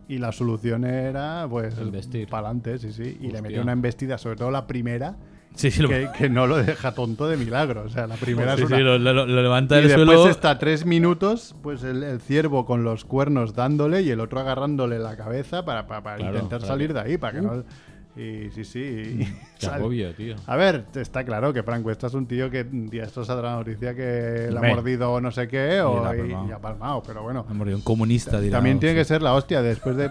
Speaker 3: y la solución era pues
Speaker 2: Embestir.
Speaker 3: para adelante, sí, sí. Y
Speaker 2: Hostia.
Speaker 3: le metió una embestida, sobre todo la primera,
Speaker 1: Sí, sí, lo,
Speaker 3: que, que no lo deja tonto de milagro. O sea, la primera
Speaker 1: sí,
Speaker 3: es una,
Speaker 1: sí, lo- lo- lo levanta
Speaker 3: y
Speaker 1: del
Speaker 3: después
Speaker 1: suelo.
Speaker 3: está tres minutos, pues el, el ciervo con los cuernos dándole y el otro agarrándole la cabeza para, para- para
Speaker 2: Claro,
Speaker 3: intentar
Speaker 2: para
Speaker 3: salir
Speaker 2: que-
Speaker 3: de ahí, para que no... Y sí, sí. y-
Speaker 2: Qué
Speaker 3: sal-
Speaker 2: agobio, tío.
Speaker 3: A ver, está claro que Franco, estás es un tío que un día esto saldrá la noticia que le ha
Speaker 1: Hombre.
Speaker 3: mordido no sé qué o,
Speaker 1: la ha
Speaker 3: y,
Speaker 1: palmado.
Speaker 3: y ha palmado, pero bueno.
Speaker 1: Ha mordido Ah, un comunista, dirá.
Speaker 3: También tiene que ser la hostia después de,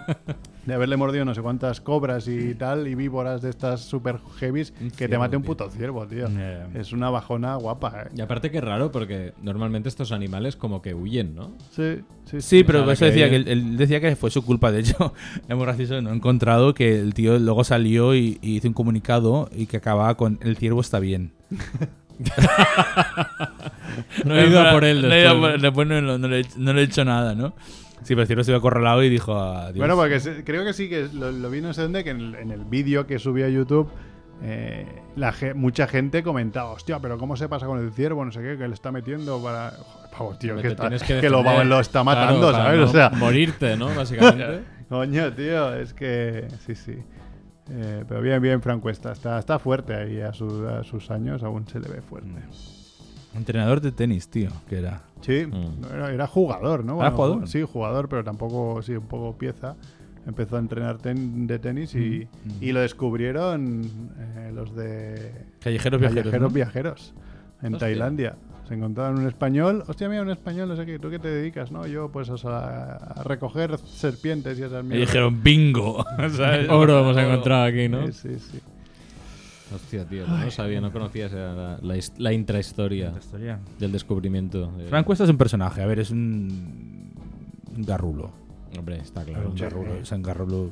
Speaker 3: de haberle mordido no sé cuántas cobras y tal y víboras de estas super heavies
Speaker 2: Un
Speaker 3: que te
Speaker 2: ciervo,
Speaker 3: mate un
Speaker 2: tío.
Speaker 3: puto ciervo, tío.
Speaker 1: Ya, ya.
Speaker 3: Es una bajona guapa, eh.
Speaker 2: Y aparte que es raro porque normalmente estos animales como que huyen, ¿no?
Speaker 3: Sí, sí,
Speaker 1: Sí,
Speaker 2: O
Speaker 1: pero
Speaker 2: sea,
Speaker 1: eso
Speaker 2: que
Speaker 1: decía que
Speaker 2: ellos-
Speaker 1: él, él decía que fue su culpa. De hecho, es muy gracioso, no he encontrado que el tío luego salió y, y hizo un comunicado y que acababa con el ciervo está bien.
Speaker 2: No he ido a por él
Speaker 1: No he ido a
Speaker 2: después.
Speaker 1: por- después no, lo- no le, he- no le he hecho nada, ¿no? Sí, pero el ciervo se había acorralado y dijo adiós.
Speaker 3: Bueno, pues- porque se- creo que sí, que lo, lo vi no sé dónde, que en el, en el vídeo que subí a YouTube, eh, la, ge- mucha gente comentaba, hostia, pero ¿cómo se pasa con el ciervo? No sé qué, que le está metiendo para... Joder, pavo, tío,
Speaker 2: Porque
Speaker 3: que,
Speaker 2: te
Speaker 3: está-
Speaker 2: tienes
Speaker 3: que lo, va-
Speaker 2: defender,
Speaker 3: lo está
Speaker 2: claro,
Speaker 3: matando,
Speaker 2: para
Speaker 3: ¿sabes?
Speaker 2: no
Speaker 3: o sea,
Speaker 2: Morirte, ¿no? Básicamente.
Speaker 3: coño, tío, es que... Sí, sí. Eh, pero bien, bien, Francuesta, está, está fuerte ahí a, su- a sus años, aún se le ve fuerte.
Speaker 1: Entrenador de tenis, tío, que era.
Speaker 3: Sí,
Speaker 2: Mm.
Speaker 3: era, era jugador, ¿no?
Speaker 1: ¿Era jugador?
Speaker 3: Sí, jugador, pero tampoco, sí, un poco pieza. Empezó a entrenar ten- de tenis y, y lo descubrieron eh, los de
Speaker 1: Callejeros viajeros.
Speaker 3: Callejeros
Speaker 1: ¿no?
Speaker 3: Viajeros en
Speaker 2: Hostia.
Speaker 3: Tailandia. Se encontraron un español, hostia, mira, un español, no sé qué, ¿tú qué te dedicas? No, yo pues o sea, a recoger serpientes y esas
Speaker 1: Y
Speaker 3: mierdas.
Speaker 1: dijeron bingo. ¿sabes?
Speaker 2: Oro hemos encontrado aquí, ¿no?
Speaker 3: Sí, sí, sí.
Speaker 2: Hostia, tío, no lo sabía, no conocía esa- la, la his- la intrahistoria del descubrimiento. de-
Speaker 1: Frank Cuesta es un personaje, a ver, es un. un garrulo.
Speaker 2: Hombre, está claro.
Speaker 1: Un garrulo, es un garrulo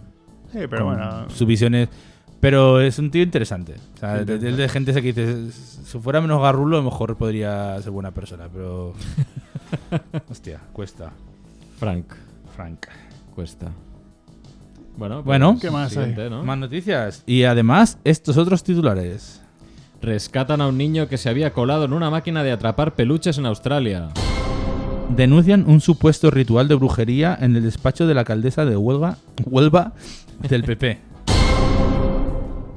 Speaker 3: Sí, pero
Speaker 1: con
Speaker 3: bueno,
Speaker 1: sus visiones. Pero es un tío interesante. O sea,
Speaker 3: Sí,
Speaker 1: de, de- de gente esa que dice, si fuera menos garrulo, a lo mejor podría ser buena persona, pero. Hostia, cuesta.
Speaker 2: Frank
Speaker 1: Frank.
Speaker 2: Cuesta. Bueno, pues,
Speaker 1: Bueno.
Speaker 3: ¿Qué más
Speaker 2: siguiente,
Speaker 3: hay?
Speaker 2: ¿no?
Speaker 1: Más noticias. Y además, estos otros titulares.
Speaker 2: Rescatan a un niño que se había colado en una máquina de atrapar peluches en Australia.
Speaker 1: Denuncian un supuesto ritual de brujería en el despacho de la alcaldesa de Huelva, Huelva del PP.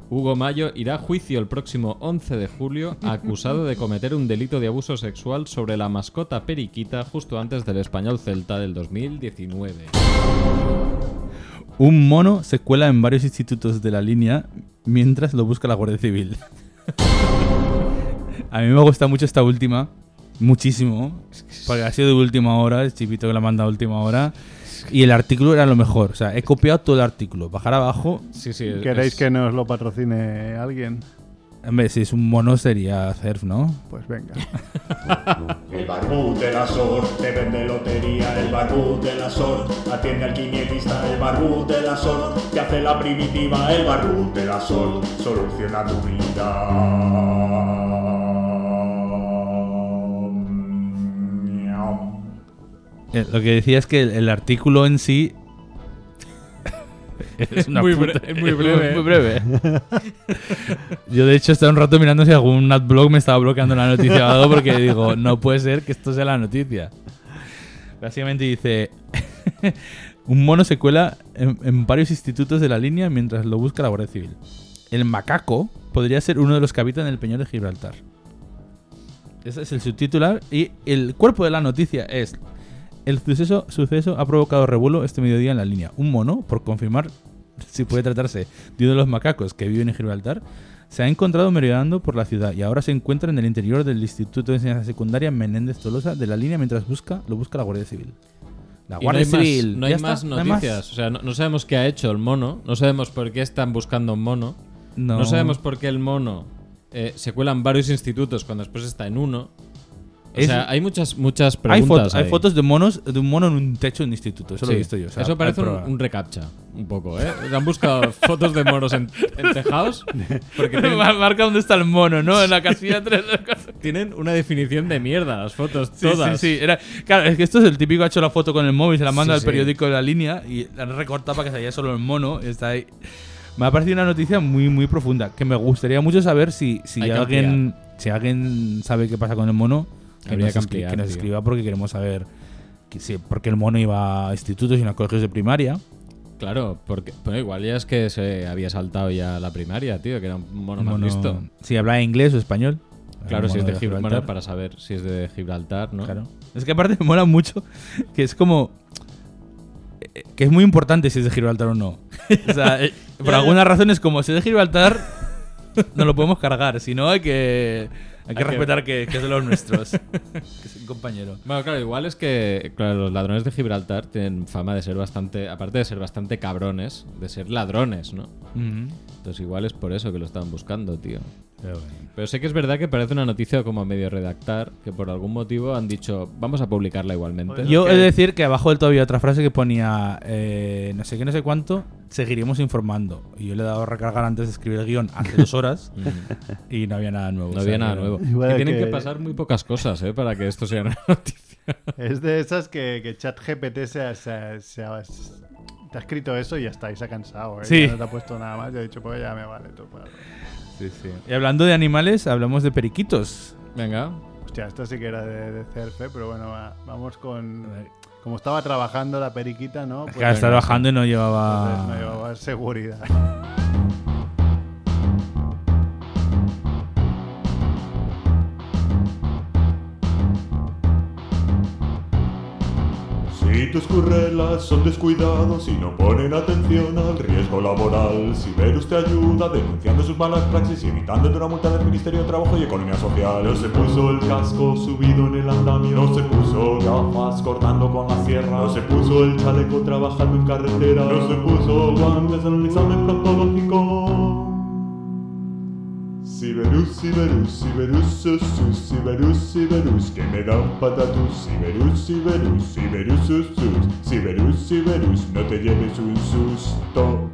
Speaker 2: Hugo Mayo irá a juicio el próximo 11 de julio acusado de cometer un delito de abuso sexual sobre la mascota periquita justo antes del español celta del 2019.
Speaker 1: Un mono se cuela en varios institutos de la línea mientras lo busca la Guardia Civil. A mí me gusta mucho esta última, muchísimo, porque ha sido de última hora, el chipito que la manda a última hora. Y el artículo era lo mejor, o sea, he copiado todo el artículo. Bajar abajo,
Speaker 2: Sí, sí, es-
Speaker 3: ¿Queréis
Speaker 2: es-
Speaker 3: que nos lo patrocine alguien?
Speaker 1: hombre, si es un mono sería surf, ¿no?
Speaker 3: Pues venga.
Speaker 6: El barbú de la SOR te vende lotería. El barbú de la SOR atiende al quinielista. El barbú de la SOR te hace la primitiva. El barbú de la SOR soluciona tu vida. Miau.
Speaker 1: Eh, Lo que decía es que el, el artículo en sí es una
Speaker 2: Muy
Speaker 1: puta-
Speaker 2: bre- es muy breve.
Speaker 1: muy breve. Yo de hecho estaba un rato mirando si algún adblock me estaba bloqueando la noticia o algo porque digo, no puede ser que esto sea la noticia. Básicamente dice, un mono se cuela en, en varios institutos de la línea mientras lo busca la Guardia Civil. El macaco podría ser uno de los que habitan el Peñón de Gibraltar. Ese es el subtitular y el cuerpo de la noticia es el suceso, suceso ha provocado revuelo este mediodía en la línea. Un mono, por confirmar si puede tratarse de uno de los macacos que viven en Gibraltar, se ha encontrado merodeando por la ciudad y ahora se encuentra en el interior del Instituto de Enseñanza Secundaria Menéndez Tolosa de la línea mientras busca, lo busca la Guardia Civil. La
Speaker 2: Y no hay
Speaker 1: Guardia Civil.
Speaker 2: más, no hay
Speaker 1: ya está,
Speaker 2: más
Speaker 1: no hay más.
Speaker 2: noticias. O sea, no, no sabemos qué ha hecho el mono. No sabemos por qué están buscando un mono. No, sabemos por qué el mono eh, se cuela en varios institutos cuando después está en uno. O
Speaker 1: Es-
Speaker 2: sea, hay muchas, muchas
Speaker 1: Hay, fo-
Speaker 2: preguntas.
Speaker 1: hay
Speaker 2: ahí.
Speaker 1: fotos de monos, de un mono en un techo en un instituto. Eso lo
Speaker 2: Sí.
Speaker 1: he visto yo. o sea,
Speaker 2: Eso
Speaker 1: hay
Speaker 2: parece un,
Speaker 1: prueba.
Speaker 2: un recaptcha, un poco, ¿eh? O sea, han buscado fotos de monos en, en tejados porque tienen,
Speaker 1: Mar- Marca dónde está el mono, ¿no? En la casilla 3
Speaker 2: tienen una definición de mierda las fotos,
Speaker 1: Sí,
Speaker 2: todas.
Speaker 1: sí, sí. Era, claro, es que esto es el típico ha hecho la foto con el móvil, se la manda
Speaker 2: Sí,
Speaker 1: al
Speaker 2: sí.
Speaker 1: periódico de la línea y la han recortado para que salía solo el mono. y Está ahí. Me ha parecido una noticia muy, muy profunda. Que me gustaría mucho saber si, si
Speaker 2: Hay que
Speaker 1: alguien. Si alguien sabe qué pasa con el mono, que
Speaker 2: Habría
Speaker 1: nos,
Speaker 2: que
Speaker 1: escri-
Speaker 2: ampliar,
Speaker 1: que nos
Speaker 2: tío.
Speaker 1: escriba porque queremos saber que, sí, por qué el mono iba a institutos y no a colegios de primaria.
Speaker 2: Claro, porque bueno, igual ya es que se había saltado ya la primaria, tío, que era un mono
Speaker 1: El
Speaker 2: más
Speaker 1: mono-
Speaker 2: listo.
Speaker 1: Si hablaba inglés o español.
Speaker 2: Claro,
Speaker 1: El
Speaker 2: si es
Speaker 1: mono
Speaker 2: de Gibraltar,
Speaker 1: Gibraltar.
Speaker 2: para saber si es de Gibraltar, ¿no?
Speaker 1: Claro. Es que aparte me mola mucho que es como. eh, que es muy importante si es de Gibraltar o no. O sea, eh, por alguna razón es como si es de Gibraltar, no lo podemos cargar. Si no, hay que, hay que
Speaker 2: que-
Speaker 1: respetar que, que es de los nuestros. que es un compañero.
Speaker 2: Bueno, claro, igual es que claro, los ladrones de Gibraltar tienen fama de ser bastante, aparte de ser bastante cabrones, de ser ladrones, ¿no? Entonces igual es por eso que lo estaban buscando, tío. Pero sé que es verdad que parece una noticia como a medio redactar, que por algún motivo han dicho, vamos a publicarla igualmente.
Speaker 1: Yo he
Speaker 3: Ok.
Speaker 1: de decir que abajo del todo había otra frase que ponía eh, no sé qué, no sé cuánto, seguiremos informando. Y yo le he dado a recargar antes de escribir el guión hace dos horas y no había nada nuevo.
Speaker 2: Pues No
Speaker 1: O sea,
Speaker 2: había Mm, nada
Speaker 1: que-
Speaker 2: nuevo.
Speaker 3: Igual
Speaker 2: Que tienen
Speaker 3: que-
Speaker 2: que pasar muy pocas cosas, ¿eh? Para que esto sea una noticia.
Speaker 3: Es de esas que, que ChatGPT se, ha- se, ha- se ha- te ha escrito eso y ya está, y se ha cansado. ¿eh?
Speaker 1: Sí.
Speaker 3: Ya no te ha puesto nada más. Ya he dicho, pues ya me vale. Tú, pues".
Speaker 1: Y hablando de animales, hablamos de periquitos.
Speaker 2: Venga.
Speaker 3: Hostia, esto sí que era de, de CERF, ¿eh? pero bueno, va- vamos con. Como estaba trabajando la periquita, ¿no? Pues
Speaker 1: que estaba
Speaker 3: venga,
Speaker 1: trabajando y no
Speaker 3: entonces
Speaker 1: llevaba.
Speaker 3: me llevaba seguridad.
Speaker 6: Si tus currelas son descuidados y no ponen atención al riesgo laboral, si Verus te ayuda denunciando sus malas praxis y evitando una multa del Ministerio de Trabajo y Economía Social, no se puso el casco subido en el andamio, no se puso gafas cortando con la sierra, no se puso el chaleco trabajando en carretera, no se puso guantes en el examen proctológico. Siberus, Siberus, Siberus, Susus, Siberus, Siberus, que me da un patatus. Siberus, Siberus, Siberus, Susus, Siberus, Siberus, no te lleves un susto.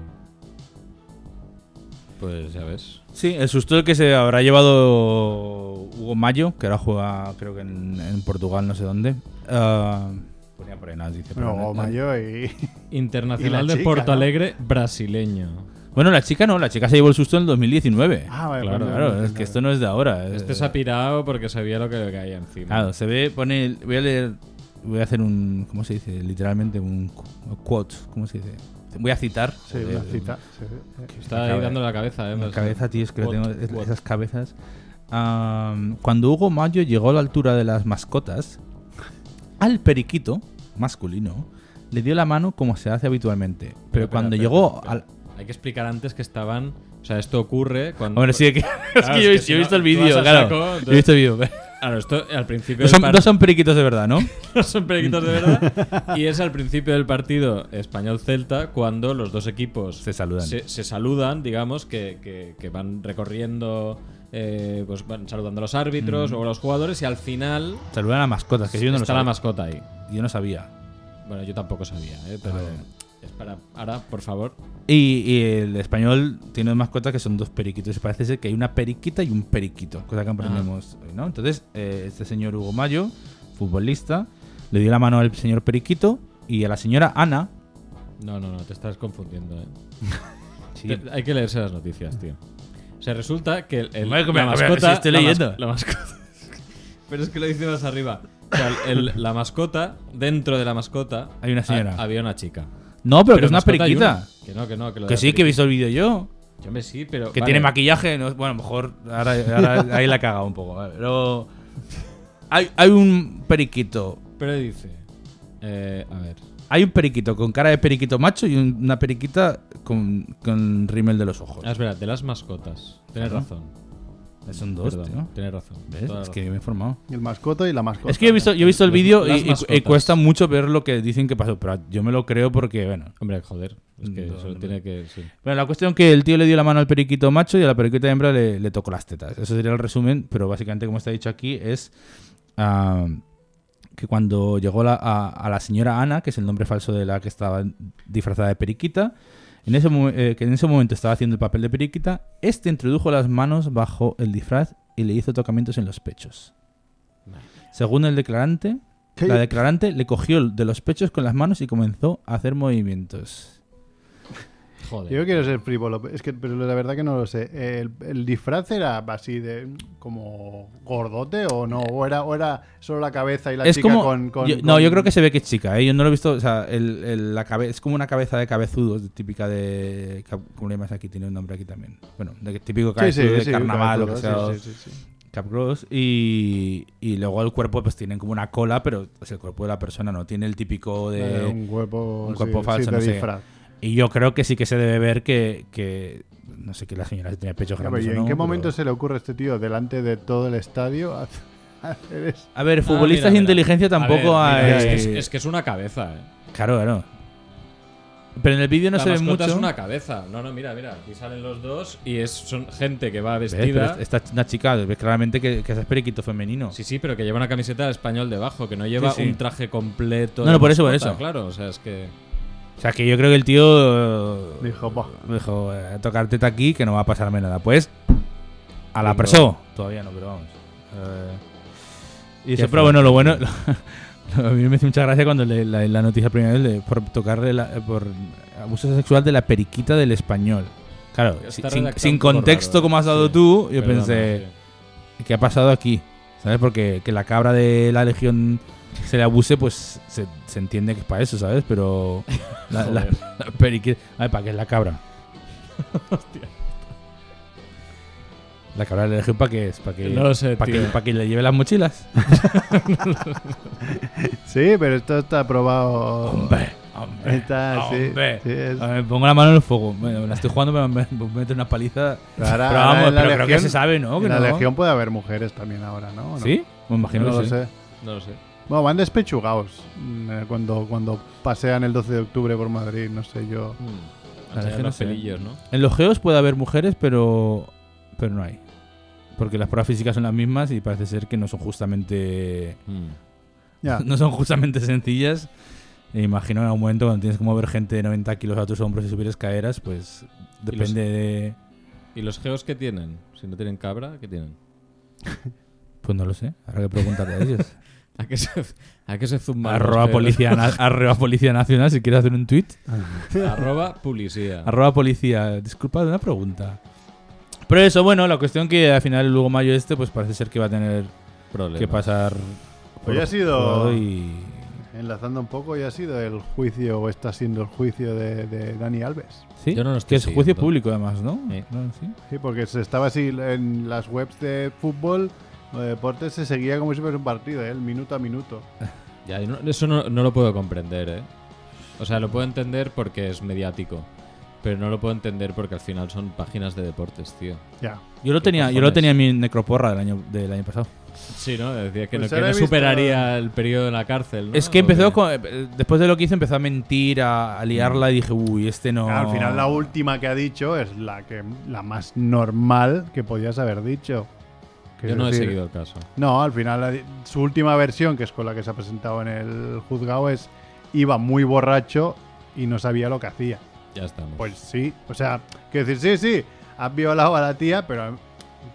Speaker 2: Pues ya ves.
Speaker 1: Sí, el susto que se habrá llevado Hugo Mayo, que ahora juega, creo que en, en Portugal, no sé dónde. Ah, ponía por ahí, nada, dice, pero
Speaker 3: Bueno,
Speaker 1: no-
Speaker 3: o mayo y.
Speaker 2: Internacional
Speaker 3: Y la
Speaker 2: de
Speaker 3: chica,
Speaker 2: Porto
Speaker 3: ¿no?
Speaker 2: Alegre brasileño.
Speaker 1: Bueno, la chica no, la chica se llevó el susto en el 2019.
Speaker 3: Ah, vale,
Speaker 1: claro,
Speaker 3: vale,
Speaker 1: claro,
Speaker 3: vale,
Speaker 1: es que
Speaker 3: vale.
Speaker 1: esto no es de ahora. eh.
Speaker 2: Este se ha pirado porque sabía lo que le caía encima.
Speaker 1: Claro, se ve, pone, voy a leer, voy a hacer un, ¿cómo se dice? Literalmente un qu- quote, ¿cómo se dice? Voy a citar. eh,
Speaker 3: Sí,
Speaker 1: Joder,
Speaker 3: una cita. sí, sí.
Speaker 2: Está ahí
Speaker 1: Cabe-
Speaker 2: dándole la cabeza, ¿eh?
Speaker 1: La
Speaker 2: Más-
Speaker 1: cabeza, tío, es que lo
Speaker 2: What-
Speaker 1: tengo, es-
Speaker 2: what-
Speaker 1: esas cabezas. Am, cuando Hugo Mayo llegó a la altura de las mascotas, al periquito, masculino, le dio la mano como se hace habitualmente. Pero,
Speaker 2: Espera,
Speaker 1: cuando
Speaker 2: espera,
Speaker 1: llegó
Speaker 2: espera,
Speaker 1: al.
Speaker 2: espera. Hay que explicar antes que estaban. O sea, esto ocurre cuando.
Speaker 1: Hombre, sí, que, es
Speaker 2: Claro,
Speaker 1: que
Speaker 2: es
Speaker 1: yo,
Speaker 2: que
Speaker 1: he-
Speaker 2: si
Speaker 1: yo he
Speaker 2: no,
Speaker 1: visto el
Speaker 2: tú vas
Speaker 1: vídeo,
Speaker 2: a
Speaker 1: claro.
Speaker 2: saco,
Speaker 1: Yo he visto el vídeo.
Speaker 2: Claro, esto al principio.
Speaker 1: No
Speaker 2: del
Speaker 1: son,
Speaker 2: par-
Speaker 1: no son periquitos de verdad, ¿no?
Speaker 2: no son periquitos de verdad. Y es al principio del partido español-celta cuando los dos equipos
Speaker 1: Se saludan.
Speaker 2: Se, se saludan, digamos, que, que- que van recorriendo, eh, pues van saludando a los árbitros o a los jugadores y al final
Speaker 1: Saludan a mascotas, que yo Mm. no lo
Speaker 2: está la
Speaker 1: sabía.
Speaker 2: mascota ahí.
Speaker 1: Yo no sabía.
Speaker 2: Bueno, yo tampoco sabía, ¿eh? pero
Speaker 1: Ah, bueno.
Speaker 2: es para. Ahora, por favor.
Speaker 1: Y, y el español tiene dos mascotas que son dos periquitos. Y parece ser que hay una periquita y un periquito, cosa que aprendemos hoy, ¿no? Entonces, eh, este señor Hugo Mayo, futbolista, le dio la mano al señor periquito y a la señora Ana.
Speaker 2: No, no, no, te estás confundiendo, ¿eh?
Speaker 1: Sí,
Speaker 2: Te- hay que leerse las noticias, tío. O sea, resulta que el, el-
Speaker 1: Madre que me-
Speaker 2: la
Speaker 1: que me-
Speaker 2: mascota.
Speaker 1: si estoy
Speaker 2: la mas-
Speaker 1: leyendo.
Speaker 2: la mascota. Pero es que lo dice más arriba. O sea, el- la mascota, dentro de la mascota.
Speaker 1: Hay una señora.
Speaker 2: ha- había una chica.
Speaker 1: No, pero, que es una
Speaker 2: mascota hay
Speaker 1: periquita.
Speaker 2: una. Que no, que no. Que, lo de
Speaker 1: Que
Speaker 2: la
Speaker 1: sí, que he
Speaker 2: periquita.
Speaker 1: visto el vídeo yo.
Speaker 2: Yo me sí, pero.
Speaker 1: Que
Speaker 2: vale.
Speaker 1: tiene maquillaje. no- bueno, a lo mejor ahora, ahora ahí la he cagado un poco. vale, Pero hay, hay un periquito.
Speaker 2: Pero dice. eh, a ver.
Speaker 1: Hay un periquito con cara de periquito macho y un- una periquita con, con rímel de los ojos.
Speaker 2: Ah, es verdad, de las mascotas. Tienes
Speaker 1: Claro.
Speaker 2: razón.
Speaker 1: Son dos,
Speaker 2: Ah, Perdón,
Speaker 1: tío.
Speaker 2: Tienes razón.
Speaker 1: ¿Ves?
Speaker 2: Toda la
Speaker 1: Es que me he informado.
Speaker 3: El mascota y la mascota.
Speaker 1: Es que yo he visto, yo he visto el
Speaker 2: Los-
Speaker 1: vídeo y,
Speaker 2: las
Speaker 1: y-
Speaker 2: mascotas.
Speaker 1: y cuesta mucho ver lo que dicen que pasó, pero yo me lo creo porque, bueno.
Speaker 2: Hombre, joder. Es que
Speaker 1: No,
Speaker 2: eso
Speaker 1: Mm, no me-
Speaker 2: tiene que. sí.
Speaker 1: Bueno, la cuestión que el tío le dio la mano al periquito macho y a la periquita hembra le, le tocó las tetas. Eso sería el resumen, pero básicamente, como está dicho aquí, es ah, que cuando llegó la- a, a la señora Ana, que es el nombre falso de la que estaba disfrazada de periquita, en ese, mo- eh, que en ese momento estaba haciendo el papel de periquita, este introdujo las manos bajo el disfraz y le hizo tocamientos en los pechos. Según el declarante,
Speaker 3: ¿Qué?
Speaker 1: la declarante le cogió de los pechos con las manos y comenzó a hacer movimientos.
Speaker 2: Joder.
Speaker 3: Yo quiero ser frívolo, es que, pero la verdad que no lo sé. ¿El, el disfraz era así de como gordote o no? ¿O era, o era solo la cabeza y la
Speaker 1: es
Speaker 3: chica
Speaker 1: como.
Speaker 3: con, con-
Speaker 1: yo- no,
Speaker 3: con-
Speaker 1: yo creo que se ve que es chica, ¿eh? Yo no lo he visto. O sea, el- el- la cabe- es como una cabeza de cabezudos, de típica de. ca- ¿Cómo le llamas aquí? Tiene un nombre aquí también. Bueno, de típico
Speaker 3: Sí,
Speaker 1: cabezudo
Speaker 3: sí,
Speaker 1: de
Speaker 3: sí,
Speaker 1: carnaval,
Speaker 3: cabezudo,
Speaker 1: lo que sea.
Speaker 3: sí, sí, sí, sí.
Speaker 1: Capgros. Y, y luego el cuerpo, pues tienen como una cola, pero es el cuerpo de la persona, no tiene el típico de.
Speaker 3: Eh, un cuerpo,
Speaker 1: un
Speaker 3: sí,
Speaker 1: cuerpo
Speaker 3: sí,
Speaker 1: falso,
Speaker 3: de
Speaker 1: no sé. Pues
Speaker 3: disfraz.
Speaker 1: Y yo creo que sí que se debe ver que. que- no sé que la señora tenía pechos
Speaker 3: Ya,
Speaker 1: grandes.
Speaker 3: pero
Speaker 1: o
Speaker 3: ¿y
Speaker 1: no,
Speaker 3: ¿En qué
Speaker 1: pero-
Speaker 3: momento se le ocurre a este tío delante de todo el estadio hacer eso?
Speaker 1: A ver,
Speaker 2: Ah,
Speaker 1: futbolistas
Speaker 2: mira,
Speaker 1: de
Speaker 2: mira.
Speaker 1: inteligencia
Speaker 2: A
Speaker 1: tampoco
Speaker 2: ver,
Speaker 1: hay.
Speaker 2: mira, es, que es, es que es una cabeza, eh.
Speaker 1: Claro, claro. Pero en el vídeo no
Speaker 2: la
Speaker 1: se ve
Speaker 2: mascota
Speaker 1: mucho.
Speaker 2: es una cabeza. No, no, mira, mira. Aquí salen los dos y es, son gente que va
Speaker 1: ¿Ves? Pero este-
Speaker 2: vestida.
Speaker 1: es- esta, una chica, ves claramente que, que es periquito femenino.
Speaker 2: Sí, sí, pero que lleva una camiseta de español debajo, que no lleva
Speaker 1: Sí, sí.
Speaker 2: un traje completo.
Speaker 1: No,
Speaker 2: de
Speaker 1: no, por eso, por
Speaker 2: mascota,
Speaker 1: eso.
Speaker 2: Claro, o sea, es que.
Speaker 1: O sea, que yo creo que el tío. eh,
Speaker 3: Dijo, "Buah".
Speaker 1: Dijo, eh, tocar teta aquí que no va a pasarme nada. Pues. A la
Speaker 2: Venga.
Speaker 1: preso. Todavía no, pero vamos. Eh, y eso,
Speaker 2: feo.
Speaker 1: pero bueno, lo bueno. lo- a mí me hace mucha gracia cuando le- la, la noticia primera vez le- por tocarle la- eh, por abuso sexual de la periquita del español. Claro,
Speaker 2: Está
Speaker 1: si- sin,
Speaker 2: redactado
Speaker 1: sin
Speaker 2: un poco
Speaker 1: contexto
Speaker 2: raro, ¿eh?
Speaker 1: como has dado
Speaker 2: Sí.
Speaker 1: tú, yo
Speaker 2: Perdona,
Speaker 1: pensé. ¿qué ha pasado aquí? ¿Sabes? Porque que la cabra de la legión se le abuse, pues se, se entiende que es para eso, ¿sabes? Pero. La, la-
Speaker 2: Joder.
Speaker 1: la periqui- A ver, ¿para qué es la cabra?
Speaker 2: Hostia.
Speaker 1: ¿La cabra de la legión para qué es? ¿Para que,
Speaker 2: No lo sé,
Speaker 1: para que,
Speaker 2: tío.
Speaker 1: para que le lleve las mochilas?
Speaker 3: Sí, pero esto está probado.
Speaker 1: Hombre, hombre.
Speaker 3: Está, sí,
Speaker 1: hombre.
Speaker 3: sí, es-
Speaker 1: A ver, pongo la mano en el fuego. Bueno, la estoy jugando, pero me, me meto una paliza.
Speaker 3: Pero ahora-
Speaker 1: pero
Speaker 3: ahora
Speaker 1: vamos,
Speaker 3: Ah, en la
Speaker 1: pero creo que
Speaker 3: Legión-
Speaker 1: se sabe, ¿no? Que
Speaker 3: en la
Speaker 1: no.
Speaker 3: legión puede haber mujeres también ahora, ¿no? ¿O no?
Speaker 1: ¿Sí? Me
Speaker 3: No
Speaker 1: imagino
Speaker 3: lo
Speaker 1: que sí.
Speaker 3: sé.
Speaker 2: No lo sé.
Speaker 3: Bueno, van despechugados mm, eh, cuando, cuando pasean el 12 de octubre por Madrid, no sé yo.
Speaker 2: Mm.
Speaker 1: La
Speaker 2: Enseñan
Speaker 1: gente no
Speaker 2: los
Speaker 1: sé.
Speaker 2: pelillos, ¿no?
Speaker 1: En los geos puede haber mujeres, pero, pero no hay. Porque las pruebas físicas son las mismas y parece ser que no son justamente
Speaker 3: Ya.
Speaker 1: no son justamente sencillas. E imagino en algún momento cuando tienes que mover gente de 90 kilos a tus hombros y subir escaleras, pues
Speaker 2: los-
Speaker 1: depende de...
Speaker 2: ¿Y los geos qué tienen? Si no tienen cabra, ¿qué tienen?
Speaker 1: Pues no lo sé, habrá que preguntarle a ellos.
Speaker 2: ¿A qué se, a qué se zumban los
Speaker 1: arroba,
Speaker 2: geos?
Speaker 1: policía, na- arroba Policía Nacional, si quieres hacer un tweet.
Speaker 2: Arroba policía.
Speaker 1: Arroba Policía, disculpa, una pregunta. Pero eso, bueno, la cuestión que al final el Hugo Mayo este, pues parece ser que va a tener
Speaker 2: Problema.
Speaker 1: que pasar...
Speaker 3: Pues ya ha sido-
Speaker 1: y-
Speaker 3: enlazando un poco, ya ha sido el juicio, o está siendo el juicio de, de Dani Alves.
Speaker 1: ¿Sí?
Speaker 2: Yo no lo
Speaker 1: que
Speaker 2: estoy
Speaker 1: es juicio
Speaker 2: siguiendo.
Speaker 1: público, además, ¿no?
Speaker 2: Sí.
Speaker 1: No, sí.
Speaker 3: Sí, porque se estaba así en las webs de fútbol o de deportes, se seguía como si fuese un partido, ¿eh? el minuto a minuto.
Speaker 2: Ya, yo no- eso no, no lo puedo comprender, ¿eh? O sea, lo puedo entender porque es mediático. Pero no lo puedo entender porque al final son páginas de deportes, tío.
Speaker 3: Ya.
Speaker 1: Yo lo tenía, yo lo
Speaker 2: cojones?
Speaker 1: tenía en mi necroporra del año, del año pasado.
Speaker 2: Sí, ¿no? Decía que
Speaker 3: Pues
Speaker 2: no, que
Speaker 3: ahora
Speaker 2: no
Speaker 3: he visto-
Speaker 2: superaría el periodo de la cárcel, ¿no?
Speaker 1: es que
Speaker 2: ¿O
Speaker 1: empezó
Speaker 2: qué?
Speaker 1: con- eh, después de lo que hizo empezó a mentir, a, a liarla y dije, uy, este no.
Speaker 3: Claro, al final la última que ha dicho es la que la más normal que podías haber dicho.
Speaker 2: Yo
Speaker 3: Quiero
Speaker 2: no he
Speaker 3: decir,
Speaker 2: seguido el caso.
Speaker 3: No, al final la di- su última versión, que es con la que se ha presentado en el juzgado, es iba muy borracho y no sabía lo que hacía.
Speaker 2: Ya estamos.
Speaker 3: Pues sí, o sea, que decir, sí, sí, has violado a la tía, pero eh,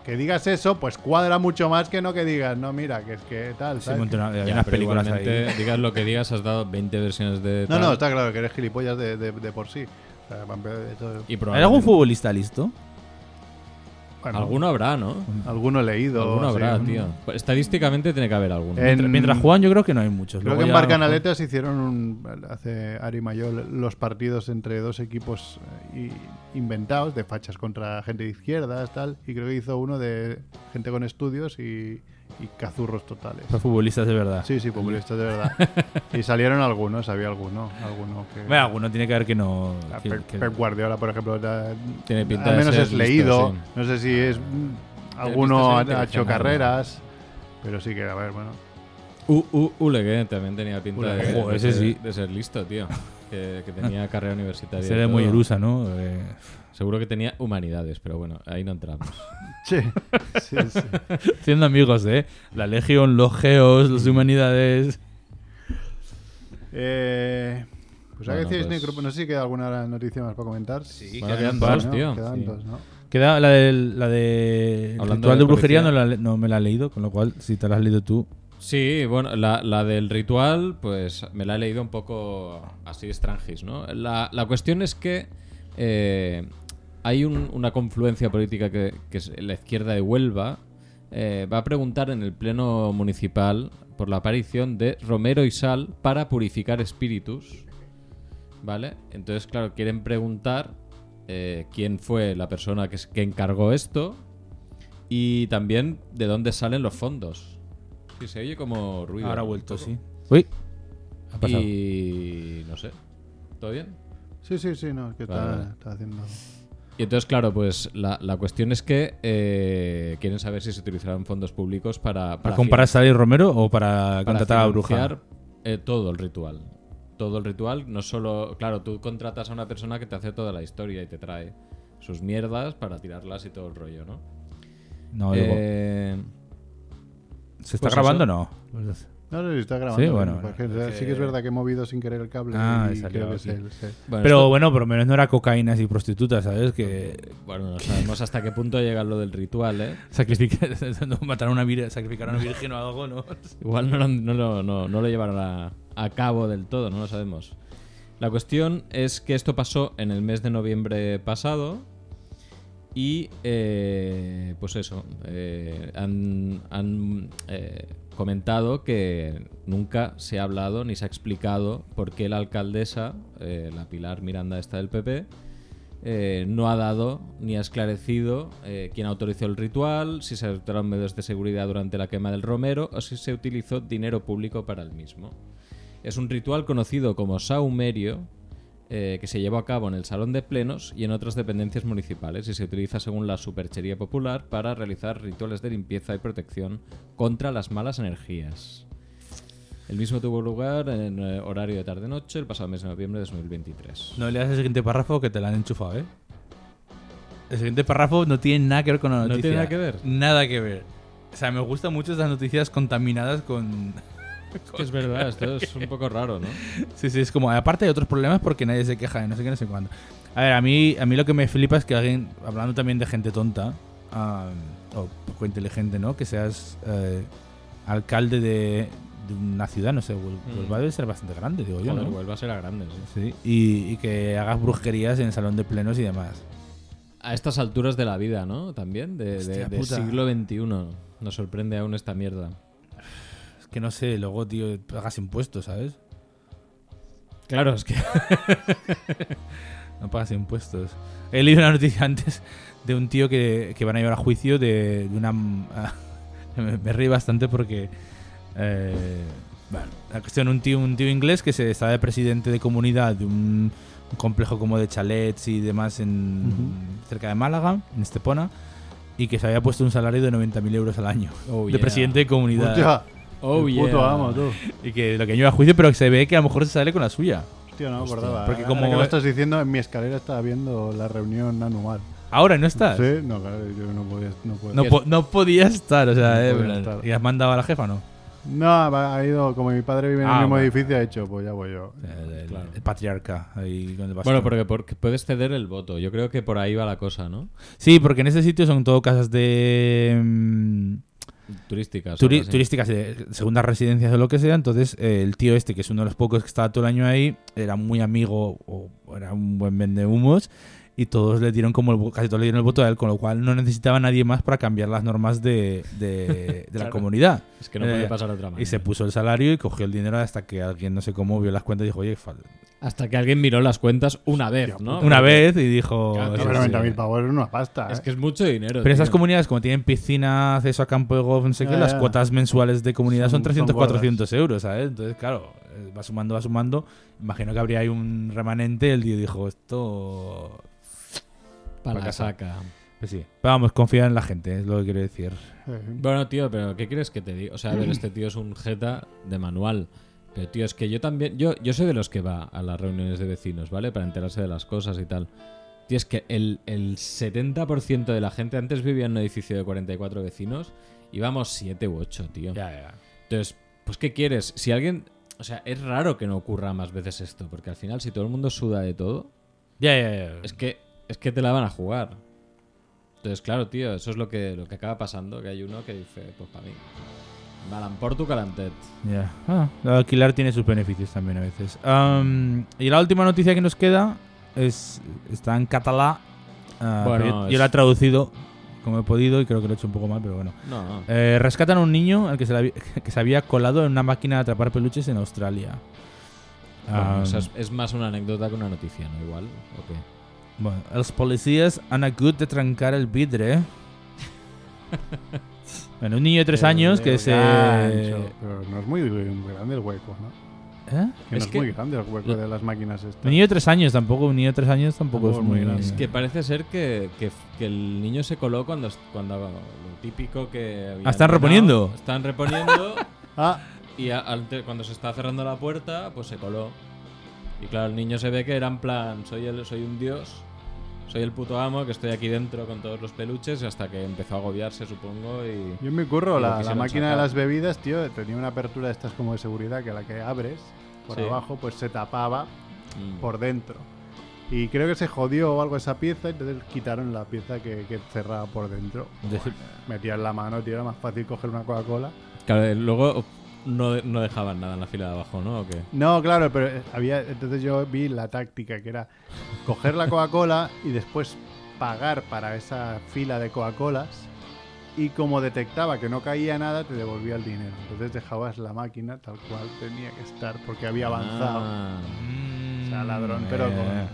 Speaker 3: que digas eso, pues cuadra mucho más que no que digas, no, mira, que es que tal.
Speaker 1: Sí,
Speaker 3: ¿sabes?
Speaker 1: monté una- había
Speaker 2: Ya,
Speaker 1: unas
Speaker 2: pero
Speaker 1: películas ahí.
Speaker 2: igualmente, Digas lo que digas, has dado 20 versiones de.
Speaker 3: No,
Speaker 2: tal,
Speaker 3: no, está claro que eres gilipollas de, de- de por sí. O sea, para empezar, eso-
Speaker 2: y
Speaker 1: ¿Hay algún
Speaker 2: probablemente-
Speaker 1: futbolista listo?
Speaker 3: bueno,
Speaker 2: Alguno habrá, ¿no?
Speaker 3: alguno he leído.
Speaker 2: Alguno
Speaker 3: sí,
Speaker 2: habrá,
Speaker 3: un-
Speaker 2: tío. Pues Estadísticamente tiene que haber alguno.
Speaker 3: En-
Speaker 1: Mientras- Mientras juegan, yo creo que no hay muchos.
Speaker 3: Creo
Speaker 1: Luego
Speaker 3: que en
Speaker 1: ya a lo
Speaker 3: Barcanaletas hicieron un, hace Ari Mayor los partidos entre dos equipos eh, y- inventados, de fachas contra gente de izquierdas, tal, y creo que hizo uno de gente con estudios y, y cazurros totales.
Speaker 1: mejor
Speaker 2: Pues
Speaker 1: son futbolistas de verdad.
Speaker 3: Sí, sí, populistas de verdad. Y salieron algunos, había alguno, alguno que...
Speaker 1: Bueno, alguno tiene que ver que no.
Speaker 3: Ah,
Speaker 1: que-
Speaker 3: Pep-
Speaker 1: que-
Speaker 3: Pep Guardiola, por ejemplo, era-
Speaker 2: Tiene pinta
Speaker 3: al
Speaker 2: de
Speaker 3: menos
Speaker 2: ser
Speaker 3: es
Speaker 2: listo,
Speaker 3: leído,
Speaker 2: sí. Ah,
Speaker 3: no sé si es... mm,
Speaker 2: pinta
Speaker 3: Alguno ha
Speaker 2: de ser
Speaker 3: ha hecho
Speaker 2: inteligente,
Speaker 3: carreras, pero sí que, a ver, bueno...
Speaker 2: U, U, Ulegué también tenía pinta de,
Speaker 3: Ulegué.
Speaker 1: Ojo,
Speaker 2: de
Speaker 1: ese
Speaker 2: ser-
Speaker 1: sí.
Speaker 2: de ser listo, tío. Que, que tenía carrera universitaria. y
Speaker 1: se ve
Speaker 2: todo.
Speaker 1: muy ilusa, ¿no? Eh,
Speaker 2: Seguro que tenía humanidades, pero bueno, ahí no entramos.
Speaker 3: Sí, sí, sí.
Speaker 1: Siendo amigos de la Legión, los Geos, los de Humanidades.
Speaker 3: Eh, pues ahora
Speaker 2: Bueno,
Speaker 3: que decís
Speaker 2: pues-
Speaker 3: necro- no sé si queda alguna noticia más para comentar.
Speaker 1: Sí,
Speaker 2: Bueno,
Speaker 1: quedan
Speaker 2: quedan
Speaker 1: par,
Speaker 2: dos,
Speaker 3: ¿no?
Speaker 2: tío.
Speaker 3: Quedan
Speaker 2: Sí.
Speaker 3: dos, ¿no?
Speaker 1: Queda la de, la de
Speaker 2: Hablando
Speaker 1: ritual de,
Speaker 2: de
Speaker 1: brujería, no,
Speaker 2: policía.
Speaker 1: la- no me la he leído, con lo cual, si te la has leído tú.
Speaker 2: Sí, bueno, la, la del ritual, pues me la he leído un poco así estrangis, ¿no? La, la cuestión es que eh, hay un- una confluencia política que, que es la izquierda de Huelva eh, va a preguntar en el pleno municipal por la aparición de Romero y Sal para purificar espíritus, ¿vale? Entonces, claro, quieren preguntar eh, quién fue la persona que, s- que encargó esto y también de dónde salen los fondos. Sí, se oye como ruido.
Speaker 1: Ahora ha vuelto, sí. Uy, ha pasado.
Speaker 2: Y no sé. ¿Todo bien?
Speaker 3: Sí, sí, sí, no, es que está,
Speaker 2: Vale, vale.
Speaker 3: está haciendo.
Speaker 2: Y entonces, claro, pues la, la cuestión es que eh, quieren saber si se utilizarán fondos públicos para...
Speaker 1: ¿Para comparar
Speaker 2: finan-
Speaker 1: Sally Romero o para,
Speaker 2: para
Speaker 1: contratar a la bruja?
Speaker 2: financiar, eh, todo el ritual. Todo el ritual, no solo... Claro, tú contratas a una persona que te hace toda la historia y te trae sus mierdas para tirarlas y todo el rollo, ¿no?
Speaker 1: No, digo,
Speaker 2: Eh,
Speaker 1: ¿se está
Speaker 2: pues
Speaker 1: grabando o
Speaker 2: eso.
Speaker 1: no?
Speaker 3: No, no, sí, está grabando. ¿eh?
Speaker 1: Sí, bueno,
Speaker 3: porque sí que es verdad que he movido sin querer el cable.
Speaker 1: Ah,
Speaker 3: y
Speaker 1: y salió
Speaker 3: creo que
Speaker 1: aquí.
Speaker 3: se- se-
Speaker 1: Pero
Speaker 2: bueno, esto- eh,
Speaker 1: bueno, por lo menos no era cocaínas y prostitutas, ¿sabes? Que
Speaker 2: Bueno, no sabemos hasta qué punto llega lo del ritual, ¿eh?
Speaker 1: sacrificar, no, matar a una vir- sacrificar a una virgen o algo, ¿no?
Speaker 2: Igual no, lo- no lo- no- no lo llevaron a, a cabo del todo, no lo sabemos. La cuestión es que esto pasó en el mes de noviembre pasado y eh, pues eso, eh, han, han, eh, comentado que nunca se ha hablado ni se ha explicado por qué la alcaldesa, eh, la Pilar Miranda esta del PP, eh, no ha dado ni ha esclarecido eh, quién autorizó el ritual, si se adoptaron medios de seguridad durante la quema del romero o si se utilizó dinero público para el mismo. Es un ritual conocido como saumerio eh, que se llevó a cabo en el salón de plenos y en otras dependencias municipales y se utiliza según la superchería popular para realizar rituales de limpieza y protección contra las malas energías. El mismo tuvo lugar en eh, horario de tarde-noche el pasado mes de noviembre de 2023.
Speaker 1: No leas el siguiente párrafo que te la han enchufado, ¿eh? El siguiente párrafo no tiene nada que ver con la
Speaker 2: No
Speaker 1: noticia.
Speaker 2: tiene nada que ver.
Speaker 1: Nada que ver. O sea, me gustan mucho estas noticias contaminadas con...
Speaker 2: Es que es verdad, esto es un poco raro, ¿no?
Speaker 1: Sí, sí, es como... Aparte hay otros problemas porque nadie se queja de no sé qué, no sé cuándo. A ver, a mí, a mí lo que me flipa es que alguien, hablando también de gente tonta, ah, o poco inteligente, ¿no? Que seas eh, alcalde de, de una ciudad, no sé, Huel-
Speaker 2: Mm.
Speaker 1: Huelva debe ser bastante grande, digo yo,
Speaker 2: Joder,
Speaker 1: ¿no?
Speaker 2: Huelva será grande, sí.
Speaker 1: Sí, y, y que hagas brujerías en el salón de plenos y demás.
Speaker 2: A estas alturas de la vida, ¿no? También, de, de-
Speaker 1: Hostia
Speaker 2: del
Speaker 1: puta.
Speaker 2: siglo XXI. Nos sorprende aún esta mierda.
Speaker 1: Es que no sé, luego, tío, pagas impuestos, ¿sabes? Claro, es que. no pagas impuestos. He leído una noticia antes de un tío que, que van a llevar a juicio de, de una. me, me reí bastante porque. eh, bueno, la cuestión: un tío, un tío inglés que se está de presidente de comunidad de un, un complejo como de chalets y demás en, cerca de Málaga, en Estepona, y que se había puesto un salario de 90.000 euros al año
Speaker 2: Oh,
Speaker 1: de
Speaker 2: yeah.
Speaker 1: presidente de comunidad.
Speaker 3: Hostia,
Speaker 2: Oh,
Speaker 3: el
Speaker 2: yeah.
Speaker 3: puto amo, tú.
Speaker 1: Y que lo que lleva a juicio, pero que se ve que a lo mejor se sale con la suya.
Speaker 3: Hostia, no me acordaba.
Speaker 1: porque
Speaker 3: Porque
Speaker 1: como-
Speaker 3: como lo estás diciendo, en mi escalera estaba viendo la reunión anual.
Speaker 1: Ahora no estás.
Speaker 3: Sí, no, claro, yo no podía. No, puedo.
Speaker 1: No,
Speaker 3: no,
Speaker 1: po- no podía estar, o sea,
Speaker 3: No
Speaker 1: eh,
Speaker 3: podía
Speaker 1: plan,
Speaker 3: estar.
Speaker 1: ¿y has mandado a la jefa o no?
Speaker 3: va- ha ido, como mi padre vive en
Speaker 1: Ah,
Speaker 3: el mismo
Speaker 1: bueno.
Speaker 3: edificio, ha hecho, pues ya voy yo.
Speaker 1: El, el-
Speaker 2: Claro.
Speaker 1: el patriarca ahí con el bastón.
Speaker 2: Bueno, porque, porque puedes ceder el voto. Yo creo que por ahí va la cosa, ¿no?
Speaker 1: Sí, porque en ese sitio son todo casas de mm,
Speaker 2: Turísticas.
Speaker 1: turi-
Speaker 2: algo así.
Speaker 1: turísticas, de segundas residencias o lo que sea. Entonces, eh, el tío este, que es uno de los pocos que estaba todo el año ahí, era muy amigo o era un buen vendehumos. Y todos le dieron como el, vo- casi todos le dieron el voto a él, con lo cual no necesitaba nadie más para cambiar las normas de, de- de la
Speaker 2: Claro. Ah,
Speaker 1: comunidad.
Speaker 2: Es que no puede
Speaker 1: Eh,
Speaker 2: pasar de otra manera.
Speaker 1: Y se puso el salario y cogió el dinero hasta que alguien, no sé cómo, vio las cuentas y dijo, oye, fal-
Speaker 2: Hasta que alguien miró las cuentas una vez, ¿no?
Speaker 1: una vez y dijo...
Speaker 2: Claro,
Speaker 1: sí,
Speaker 3: No,
Speaker 2: claro,
Speaker 1: sí,
Speaker 3: pero
Speaker 1: sí.
Speaker 3: 90.000 pavos es una pasta.
Speaker 2: Es
Speaker 3: ¿eh?
Speaker 2: que es mucho dinero.
Speaker 1: Pero esas
Speaker 2: tío.
Speaker 1: comunidades, como tienen piscina, acceso a campo de golf, no sé qué,
Speaker 3: Ya,
Speaker 1: las
Speaker 3: ya.
Speaker 1: cuotas mensuales de comunidad son,
Speaker 3: Son-
Speaker 1: 300,
Speaker 3: son gordas.
Speaker 1: 400 euros, ¿sabes? Entonces, claro, eh, va sumando, va sumando. Imagino que habría ahí un remanente. El tío dijo, esto...
Speaker 2: Para
Speaker 1: Pa'
Speaker 2: la
Speaker 1: casa.
Speaker 2: saca.
Speaker 1: Pues sí. Pero vamos, confía en la gente, es lo que quiero decir.
Speaker 3: Sí.
Speaker 2: Bueno, tío, pero ¿qué quieres que te diga? O sea, a ver, este tío es un jeta de manual. Pero, tío, es que yo también. Yo, yo soy de los que va a las reuniones de vecinos, ¿vale? Para enterarse de las cosas y tal. Tío, es que el, el 70% de la gente antes vivía en un edificio de 44 vecinos. Íbamos 7 u 8, tío. Entonces, pues ¿qué quieres? Si alguien... O sea, es raro que no ocurra más veces esto, porque al final si todo el mundo suda de todo,
Speaker 1: Ya, ya,
Speaker 2: es que, es que te la van a jugar. Entonces, claro, tío, eso es lo que, lo que acaba pasando, que hay uno que dice, pues para mí. Balan por tu calantet.
Speaker 1: Ya. Ah, alquilar tiene sus beneficios también a veces. Am, y la última noticia que nos queda es está en catalá. Ah,
Speaker 2: Bueno,
Speaker 1: pero yo,
Speaker 2: es-
Speaker 1: yo la he traducido como he podido y creo que lo he hecho un poco mal, pero bueno.
Speaker 2: No, no.
Speaker 1: Eh, rescatan a un niño al que se, le había- que se había colado en una máquina de atrapar peluches en Australia.
Speaker 2: Bueno,
Speaker 1: Am,
Speaker 2: o sea, es, es más una anécdota que una noticia, ¿no? Igual, ¿o qué?
Speaker 1: bueno, los policías han acut de trancar el vidre. bueno, un niño de tres
Speaker 3: Pero
Speaker 1: años
Speaker 3: de
Speaker 1: que se...
Speaker 3: gancho. Pero no es muy grande el hueco, ¿no?
Speaker 1: ¿Eh?
Speaker 3: Que
Speaker 2: Es
Speaker 3: no es
Speaker 2: que-
Speaker 3: muy grande el hueco de las máquinas estas.
Speaker 1: Un niño de tres años tampoco, un niño de tres años tampoco es
Speaker 3: Tampoco
Speaker 1: muy
Speaker 3: es muy
Speaker 1: grande.
Speaker 3: grande.
Speaker 2: Es que parece ser que, que- que el niño se coló cuando, cuando lo típico que... habían
Speaker 1: Ah, están
Speaker 2: ganado.
Speaker 1: reponiendo.
Speaker 2: Están reponiendo
Speaker 3: Ah,
Speaker 2: Y a- al te- cuando se estaba cerrando la puerta, pues se coló. Y claro, el niño se ve que era en plan, soy, el, soy un dios, soy el puto amo, que estoy aquí dentro con todos los peluches, hasta que empezó a agobiarse, supongo, y...
Speaker 3: yo me curro,
Speaker 2: Y lo
Speaker 3: la, la
Speaker 2: quisieron
Speaker 3: máquina de
Speaker 2: sacar.
Speaker 3: las bebidas, tío, tenía una apertura de estas como de seguridad que a la que abres por
Speaker 2: Sí.
Speaker 3: abajo, pues se tapaba
Speaker 2: Mm.
Speaker 3: por dentro. Y creo que se jodió o algo esa pieza, entonces quitaron la pieza que, que cerraba por dentro. Metías la mano, tío, era más fácil coger una Coca-Cola.
Speaker 2: Claro, eh, luego no, de- no dejaban nada en la fila de abajo, ¿no? ¿O qué?
Speaker 3: No, claro, pero eh, había. Entonces yo vi la táctica que era coger la Coca-Cola y después pagar para esa fila de Coca-Colas. Y como detectaba que no caía nada, te devolvía el dinero. Entonces dejabas la máquina tal cual tenía que estar porque había avanzado.
Speaker 2: Ah,
Speaker 1: Mm,
Speaker 3: O sea, ladrón, pero con-
Speaker 1: eh.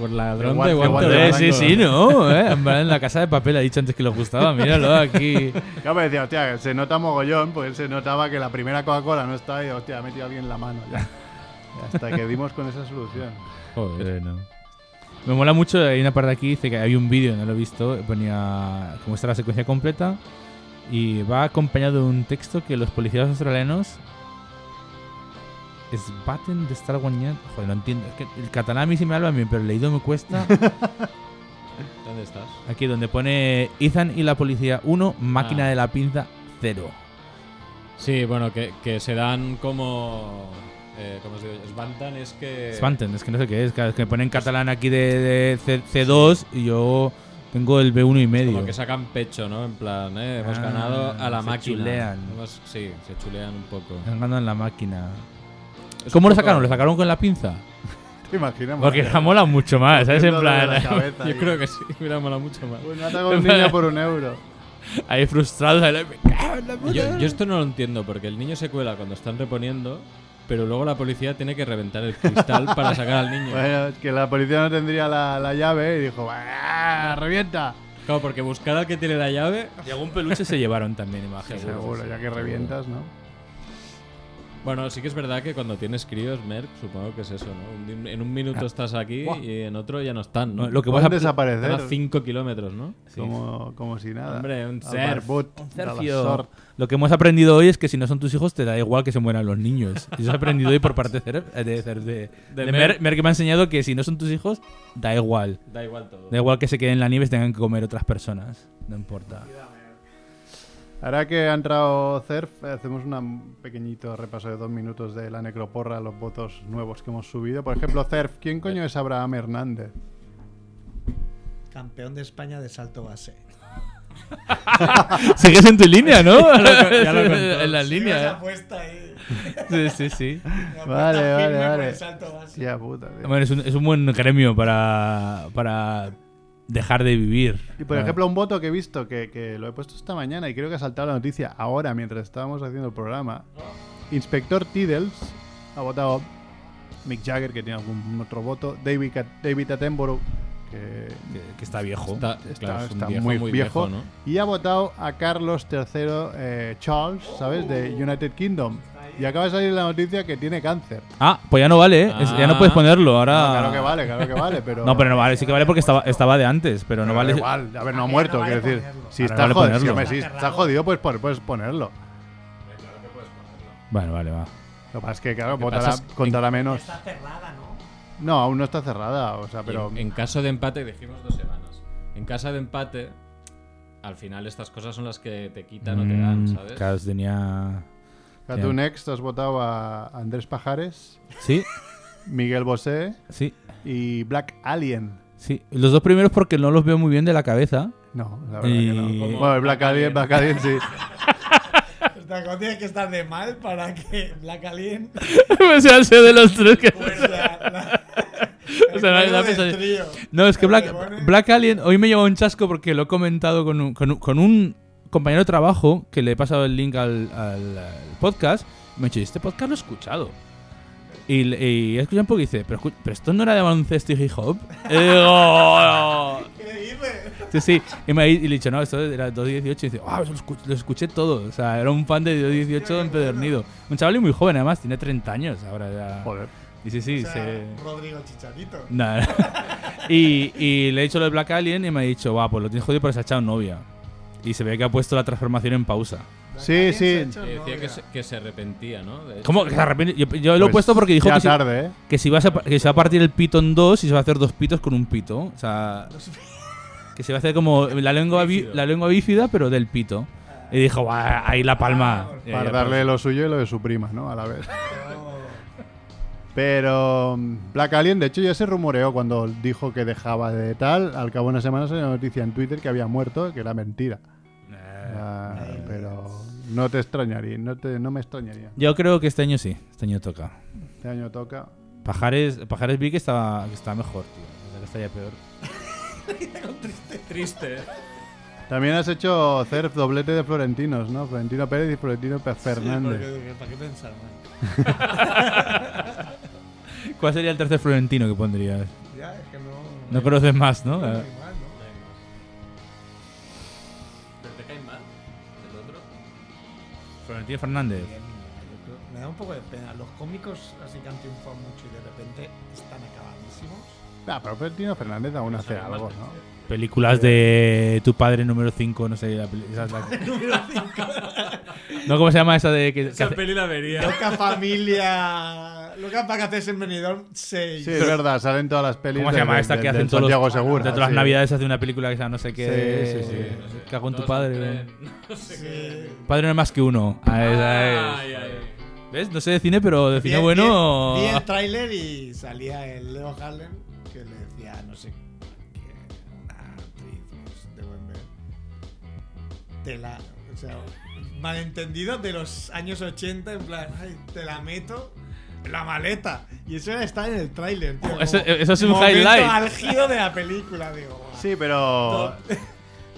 Speaker 2: por ladrón
Speaker 3: guante-
Speaker 2: de guante
Speaker 3: guante
Speaker 1: Eh,
Speaker 2: blanco.
Speaker 1: sí, sí, no. eh, En plan, en la casa de papel ha dicho antes que le gustaba. Míralo aquí.
Speaker 3: Yo me decía, hostia, que se nota mogollón, pues se notaba que la primera Coca-Cola no estaba y, hostia, ha metido alguien la mano ya. Y Hasta que dimos con esa solución.
Speaker 2: Joder.
Speaker 1: Me mola mucho, hay una parte aquí, dice que hay un vídeo, no lo he visto, ponía como está la secuencia completa y va acompañado de un texto que los policías australianos es baten de estar guañando. Joder, no entiendo. Es que el catalán a mí sí me habla bien, pero el leído me cuesta.
Speaker 2: ¿Dónde estás?
Speaker 1: Aquí donde pone Ethan y la policía 1, máquina
Speaker 2: Ah.
Speaker 1: de la pinza 0.
Speaker 2: Sí, bueno, que, que se dan como... Eh, ¿Cómo se dice? Svantan es que...
Speaker 1: Spanten, es que no sé qué es, claro, es que me ponen catalán aquí de, de C- C2 y yo tengo el B1 y medio.
Speaker 2: Como que sacan pecho, ¿no? En plan, eh, hemos
Speaker 1: Ah,
Speaker 2: ganado a la
Speaker 1: se
Speaker 2: máquina.
Speaker 1: chulean.
Speaker 2: Hemos- sí, se chulean un poco.
Speaker 1: Han ganado en la máquina.
Speaker 2: Es
Speaker 1: ¿Cómo
Speaker 2: un
Speaker 1: lo
Speaker 2: poco-
Speaker 1: sacaron? ¿Lo sacaron con la pinza?
Speaker 3: ¿Te imaginas?
Speaker 1: Porque la mola mucho más, ¿sabes? En
Speaker 3: Cogiéndole de la
Speaker 1: plan,
Speaker 3: cabeza
Speaker 2: Yo
Speaker 3: ahí.
Speaker 2: creo que sí, hubiera molado mucho más.
Speaker 3: Bueno, ataco a un niño por un euro.
Speaker 1: ahí frustrados. ahí, me cago en la puta.
Speaker 2: Yo, yo esto no lo entiendo, porque el niño se cuela cuando están reponiendo pero luego la policía tiene que reventar el cristal para sacar al niño.
Speaker 3: Bueno, es que la policía no tendría la, la llave y dijo, "Ah, revienta.
Speaker 2: Claro, porque buscar al que tiene la llave.
Speaker 1: Y algún peluche se llevaron también, imagínate.
Speaker 3: Seguro, ya que revientas, ¿no?
Speaker 2: Bueno, sí que es verdad que cuando tienes críos, Merck, supongo que es eso, ¿no? Un di- En un minuto estás aquí y en otro ya no están, ¿no?
Speaker 1: Ah. No, lo que
Speaker 3: Pueden
Speaker 1: pasa es
Speaker 3: desaparecer.
Speaker 2: Están a 5 kilómetros, ¿no?
Speaker 3: Como, como si nada.
Speaker 2: Hombre, un
Speaker 3: Al
Speaker 2: surf,
Speaker 3: barbot,
Speaker 1: Un
Speaker 3: a la
Speaker 1: tercio.
Speaker 3: surf.
Speaker 1: Lo que hemos aprendido hoy es que si no son tus hijos, te da igual que se mueran los niños. Eso he aprendido hoy por parte de, Cer- eh, de, Cer- de- de Mer,
Speaker 2: Mer.
Speaker 1: Mer, que me ha enseñado que si no son tus hijos, da igual.
Speaker 2: Da igual todo.
Speaker 1: Da igual que se queden en la nieve y tengan que comer otras personas. No importa.
Speaker 3: Ahora que ha entrado Cerf, hacemos un pequeñito repaso de dos minutos de la necroporra, los votos nuevos que hemos subido. Por ejemplo, Cerf, ¿quién coño es Abraham Hernández?
Speaker 7: Campeón de España de salto base.
Speaker 1: Sigues en tu línea, ¿no?
Speaker 2: ya lo contó.
Speaker 1: en la línea. ¿eh?
Speaker 7: apuesta ahí.
Speaker 1: Sí, sí, sí.
Speaker 7: La apuesta
Speaker 3: Vale,
Speaker 7: firme
Speaker 3: vale,
Speaker 7: por
Speaker 3: vale.
Speaker 7: el salto base.
Speaker 3: Tía puta. tío.
Speaker 1: Bueno, es, un, es un buen gremio para, para dejar de vivir. Ah,
Speaker 3: Y por ejemplo, un voto que he visto que, que lo he puesto esta mañana y creo que ha saltado la noticia ahora mientras estábamos haciendo el programa. Inspector Tiddles ha votado Mick Jagger, que tiene algún otro voto. David, Cat- David Attenborough, que
Speaker 1: que, que está viejo.
Speaker 2: Está,
Speaker 3: está,
Speaker 2: claro, es un
Speaker 3: está
Speaker 2: viejo,
Speaker 3: muy, viejo.
Speaker 2: ¿no?
Speaker 3: Y ha votado a Carlos III eh, Charles, ¿sabes? De United Kingdom. Y acaba de salir la noticia que tiene cáncer.
Speaker 1: Ah, pues ya no vale, ¿eh? Es- ya no puedes ponerlo. Ahora.
Speaker 3: No, claro que vale, claro que vale, pero.
Speaker 1: Ah. No, pero no vale, sí que vale porque estaba, estaba de antes, pero
Speaker 3: pero
Speaker 1: no
Speaker 3: da
Speaker 1: vale.
Speaker 3: Igual, a ver, no ha
Speaker 7: Ahora
Speaker 3: muerto,
Speaker 7: no vale
Speaker 3: quiero decir.
Speaker 7: ponerlo.
Speaker 3: Si
Speaker 1: Ahora
Speaker 3: está,
Speaker 1: vale
Speaker 3: jodido, si,
Speaker 1: ponerlo.
Speaker 3: hombre, si está jodido, pues pon- puedes ponerlo.
Speaker 1: Bueno, vale, va.
Speaker 3: Lo que pasa es que, claro,
Speaker 2: que pasa
Speaker 3: votará,
Speaker 2: es que-
Speaker 3: contará menos.
Speaker 7: Está cerrada, ¿no?
Speaker 3: No, aún no está cerrada, o sea, pero.
Speaker 2: En, en caso de empate, dijimos dos semanas. En caso de empate, al final estas cosas son las que te quitan o te dan,
Speaker 1: Mm,
Speaker 2: ¿sabes?
Speaker 1: claro, si tenía.
Speaker 3: a tu next has votado a Andrés Pajares,
Speaker 1: Sí,
Speaker 3: Miguel Bosé
Speaker 1: sí,
Speaker 3: y Black Alien.
Speaker 1: sí. Los dos primeros porque no los veo muy bien de la cabeza.
Speaker 3: No, la verdad que
Speaker 1: Y-
Speaker 3: no. Bueno, el Black Alien, Black Alien sí.
Speaker 7: Está como tiene que estar de mal para que Black Alien.
Speaker 1: o sea, sé de los tres que.
Speaker 7: Pues la, la,
Speaker 1: O sea,
Speaker 7: el
Speaker 1: la- la
Speaker 7: juego del
Speaker 1: pesadilla.
Speaker 7: trío.
Speaker 1: No, es que
Speaker 7: Porque
Speaker 1: Black,
Speaker 7: pone-
Speaker 1: Black Alien hoy me lleva un chasco porque lo he comentado con un, con un- con un compañero de trabajo que le he pasado el link al, al- al podcast. y Me ha dicho, este podcast lo he escuchado. Y, le- y he escuchado un poco y dice, pero, escu- pero esto no era de baloncesto y hip hop. Y digo,
Speaker 7: ¿Qué dice?
Speaker 1: sí, sí. Y me ha y le he dicho, no, esto era 218. Y dice, ah, eso lo, escu- lo escuché todo. O sea, era un fan de 218 empedernido. Un chaval y muy joven, además, tiene 30 años ahora. ya.
Speaker 3: Joder.
Speaker 1: Y sí, sí,
Speaker 7: O sea,
Speaker 1: se-
Speaker 7: Rodrigo Chicharito.
Speaker 1: Nada. Y, y le he dicho lo de Black Alien y me ha dicho, va, pues lo tienes jodido, pero se ha echado novia. Y se ve que ha puesto la transformación en pausa.
Speaker 3: Sí,
Speaker 7: Alien se ha
Speaker 3: sí.
Speaker 7: hecho
Speaker 1: Eh,
Speaker 2: Y decía
Speaker 7: novia.
Speaker 2: que se, que se arrepentía, ¿no? De hecho.
Speaker 1: ¿Cómo? Que se arrepiente? Yo, yo lo he
Speaker 3: Pues
Speaker 1: puesto porque dijo
Speaker 3: ya
Speaker 1: que si,
Speaker 3: tarde, ¿eh?
Speaker 1: que, si va a sepa- que se va a partir el pito en dos y se va a hacer dos pitos con un pito. O sea, que se va a hacer como la lengua, bí- la lengua bífida, pero del pito. Y dijo, "Buah, ahí la palma. Y ahí
Speaker 3: Para
Speaker 1: la
Speaker 3: darle
Speaker 1: palma.
Speaker 3: lo suyo y lo de su prima, ¿no? A la vez. Pero mm, Black Alien, de hecho, ya se rumoreó cuando dijo que dejaba de tal. Al cabo de una semana salió la noticia en Twitter que había muerto, que era mentira.
Speaker 1: Eh,
Speaker 3: Ah, pero no te extrañaría, no, te, no me extrañaría.
Speaker 1: Yo creo que este año sí, este año toca.
Speaker 3: Este año toca.
Speaker 1: Pajares, Pajares vi que estaba, que estaba mejor, tío. O sea, que está ya peor.
Speaker 2: Triste.
Speaker 3: También has hecho CERF doblete de Florentinos, ¿no? Florentino Pérez y Florentino Pe- Fernández.
Speaker 7: Porque dije, ¿Para qué pensar más?
Speaker 1: ¿Cuál sería el tercer florentino que pondrías?
Speaker 7: Ya, es que no.
Speaker 1: No conoces más, ¿no? Ah.
Speaker 3: Pues
Speaker 7: no hay más, ¿no?
Speaker 2: ¿Pero te cae mal? ¿El otro?
Speaker 1: Florentino Fernández.
Speaker 7: Yo creo- Me da un poco de pena. Los cómicos así que han triunfado mucho y de repente están acabadísimos.
Speaker 3: Ah, pero Florentino Fernández aún hace algo, ¿no?
Speaker 1: Películas de tu padre número 5, no sé. La peli- esa es la que- no, ¿cómo se llama esa de que, que
Speaker 2: Esa
Speaker 1: hace-
Speaker 2: peli la vería.
Speaker 7: Loca familia. Loca para que haces en Benidorm 6.
Speaker 3: Sí, es verdad, salen todas las pelis
Speaker 1: ¿Cómo se
Speaker 3: de-
Speaker 1: llama
Speaker 3: de-
Speaker 1: esta
Speaker 3: de-
Speaker 1: que
Speaker 3: del
Speaker 1: hacen todos
Speaker 3: Santiago
Speaker 1: los,
Speaker 3: Segura,
Speaker 1: de todas las
Speaker 3: sí.
Speaker 1: navidades hace una película que se llama no sé qué. eh,
Speaker 3: Sí, sí, sí.
Speaker 1: Cago en tu padre.
Speaker 7: Sí.
Speaker 1: Padre no es más que uno. Ah, esa es.
Speaker 2: Ay, ay.
Speaker 1: ¿Ves? No sé de cine, pero de cine
Speaker 7: Vi-
Speaker 1: bueno. ah.
Speaker 7: Vi, vi el tráiler y salía el Leo Harlem que le decía, no sé, que una actriz pues, de buen ver. Te la. O sea, malentendido de los años 80, en plan, ay, te la meto. en La maleta. Y eso está en el tráiler, tío.
Speaker 1: Eso-
Speaker 7: como
Speaker 1: eso es un
Speaker 7: momento
Speaker 1: highlight.
Speaker 7: álgido de la película, digo. "Buah".
Speaker 3: Sí, pero.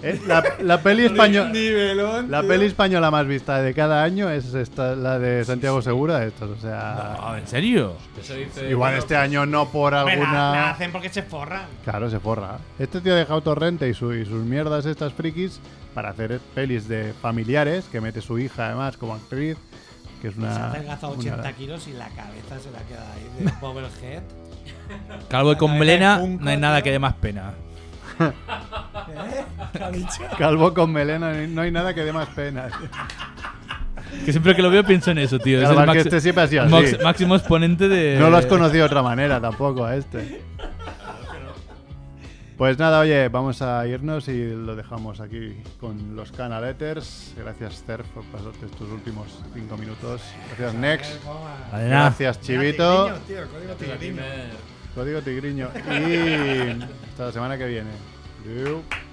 Speaker 3: Eh, La, la peli española.
Speaker 7: Nivelón,
Speaker 3: La
Speaker 7: tío.
Speaker 3: peli española más vista de cada año es esta, la de Santiago Segura, estos, o sea,
Speaker 1: Ah, ¿En serio?
Speaker 2: Eso dice-
Speaker 3: igual este año no por
Speaker 7: pues Hombre, la- la
Speaker 3: alguna.
Speaker 7: hacen porque se forran.
Speaker 3: Claro, se forra. Este tío ha dejado Torrente y, su- y sus mierdas estas frikis para hacer pelis de familiares, que mete su hija además como actriz, que es una...
Speaker 7: se ha adelgazado
Speaker 3: una-
Speaker 7: 80 kilos y la cabeza se la queda ahí de bobblehead.
Speaker 1: Calvo y con melena,
Speaker 7: Junco,
Speaker 1: no hay nada
Speaker 7: tío.
Speaker 1: que dé más pena.
Speaker 7: ¿Eh? ¿Qué ha dicho?
Speaker 3: Calvo con melena, no hay nada que dé más pena.
Speaker 1: Que siempre que lo veo pienso en eso, tío. Es
Speaker 3: Claro,
Speaker 1: el
Speaker 3: es que
Speaker 1: max-
Speaker 3: este siempre ha sido así.
Speaker 1: max- máximo exponente de.
Speaker 3: No lo has conocido de otra manera tampoco a este. Pues nada, oye, vamos a irnos y lo dejamos aquí con los canaleters. Gracias, Cerf, por pasarte estos últimos cinco minutos. Gracias, Nex.
Speaker 7: Coma.
Speaker 1: Vale, nada.
Speaker 3: Gracias, Chivito.
Speaker 7: Tigriño, tío, el código tigriño.
Speaker 3: Código Tigriño. Y hasta la semana que viene. Adiós.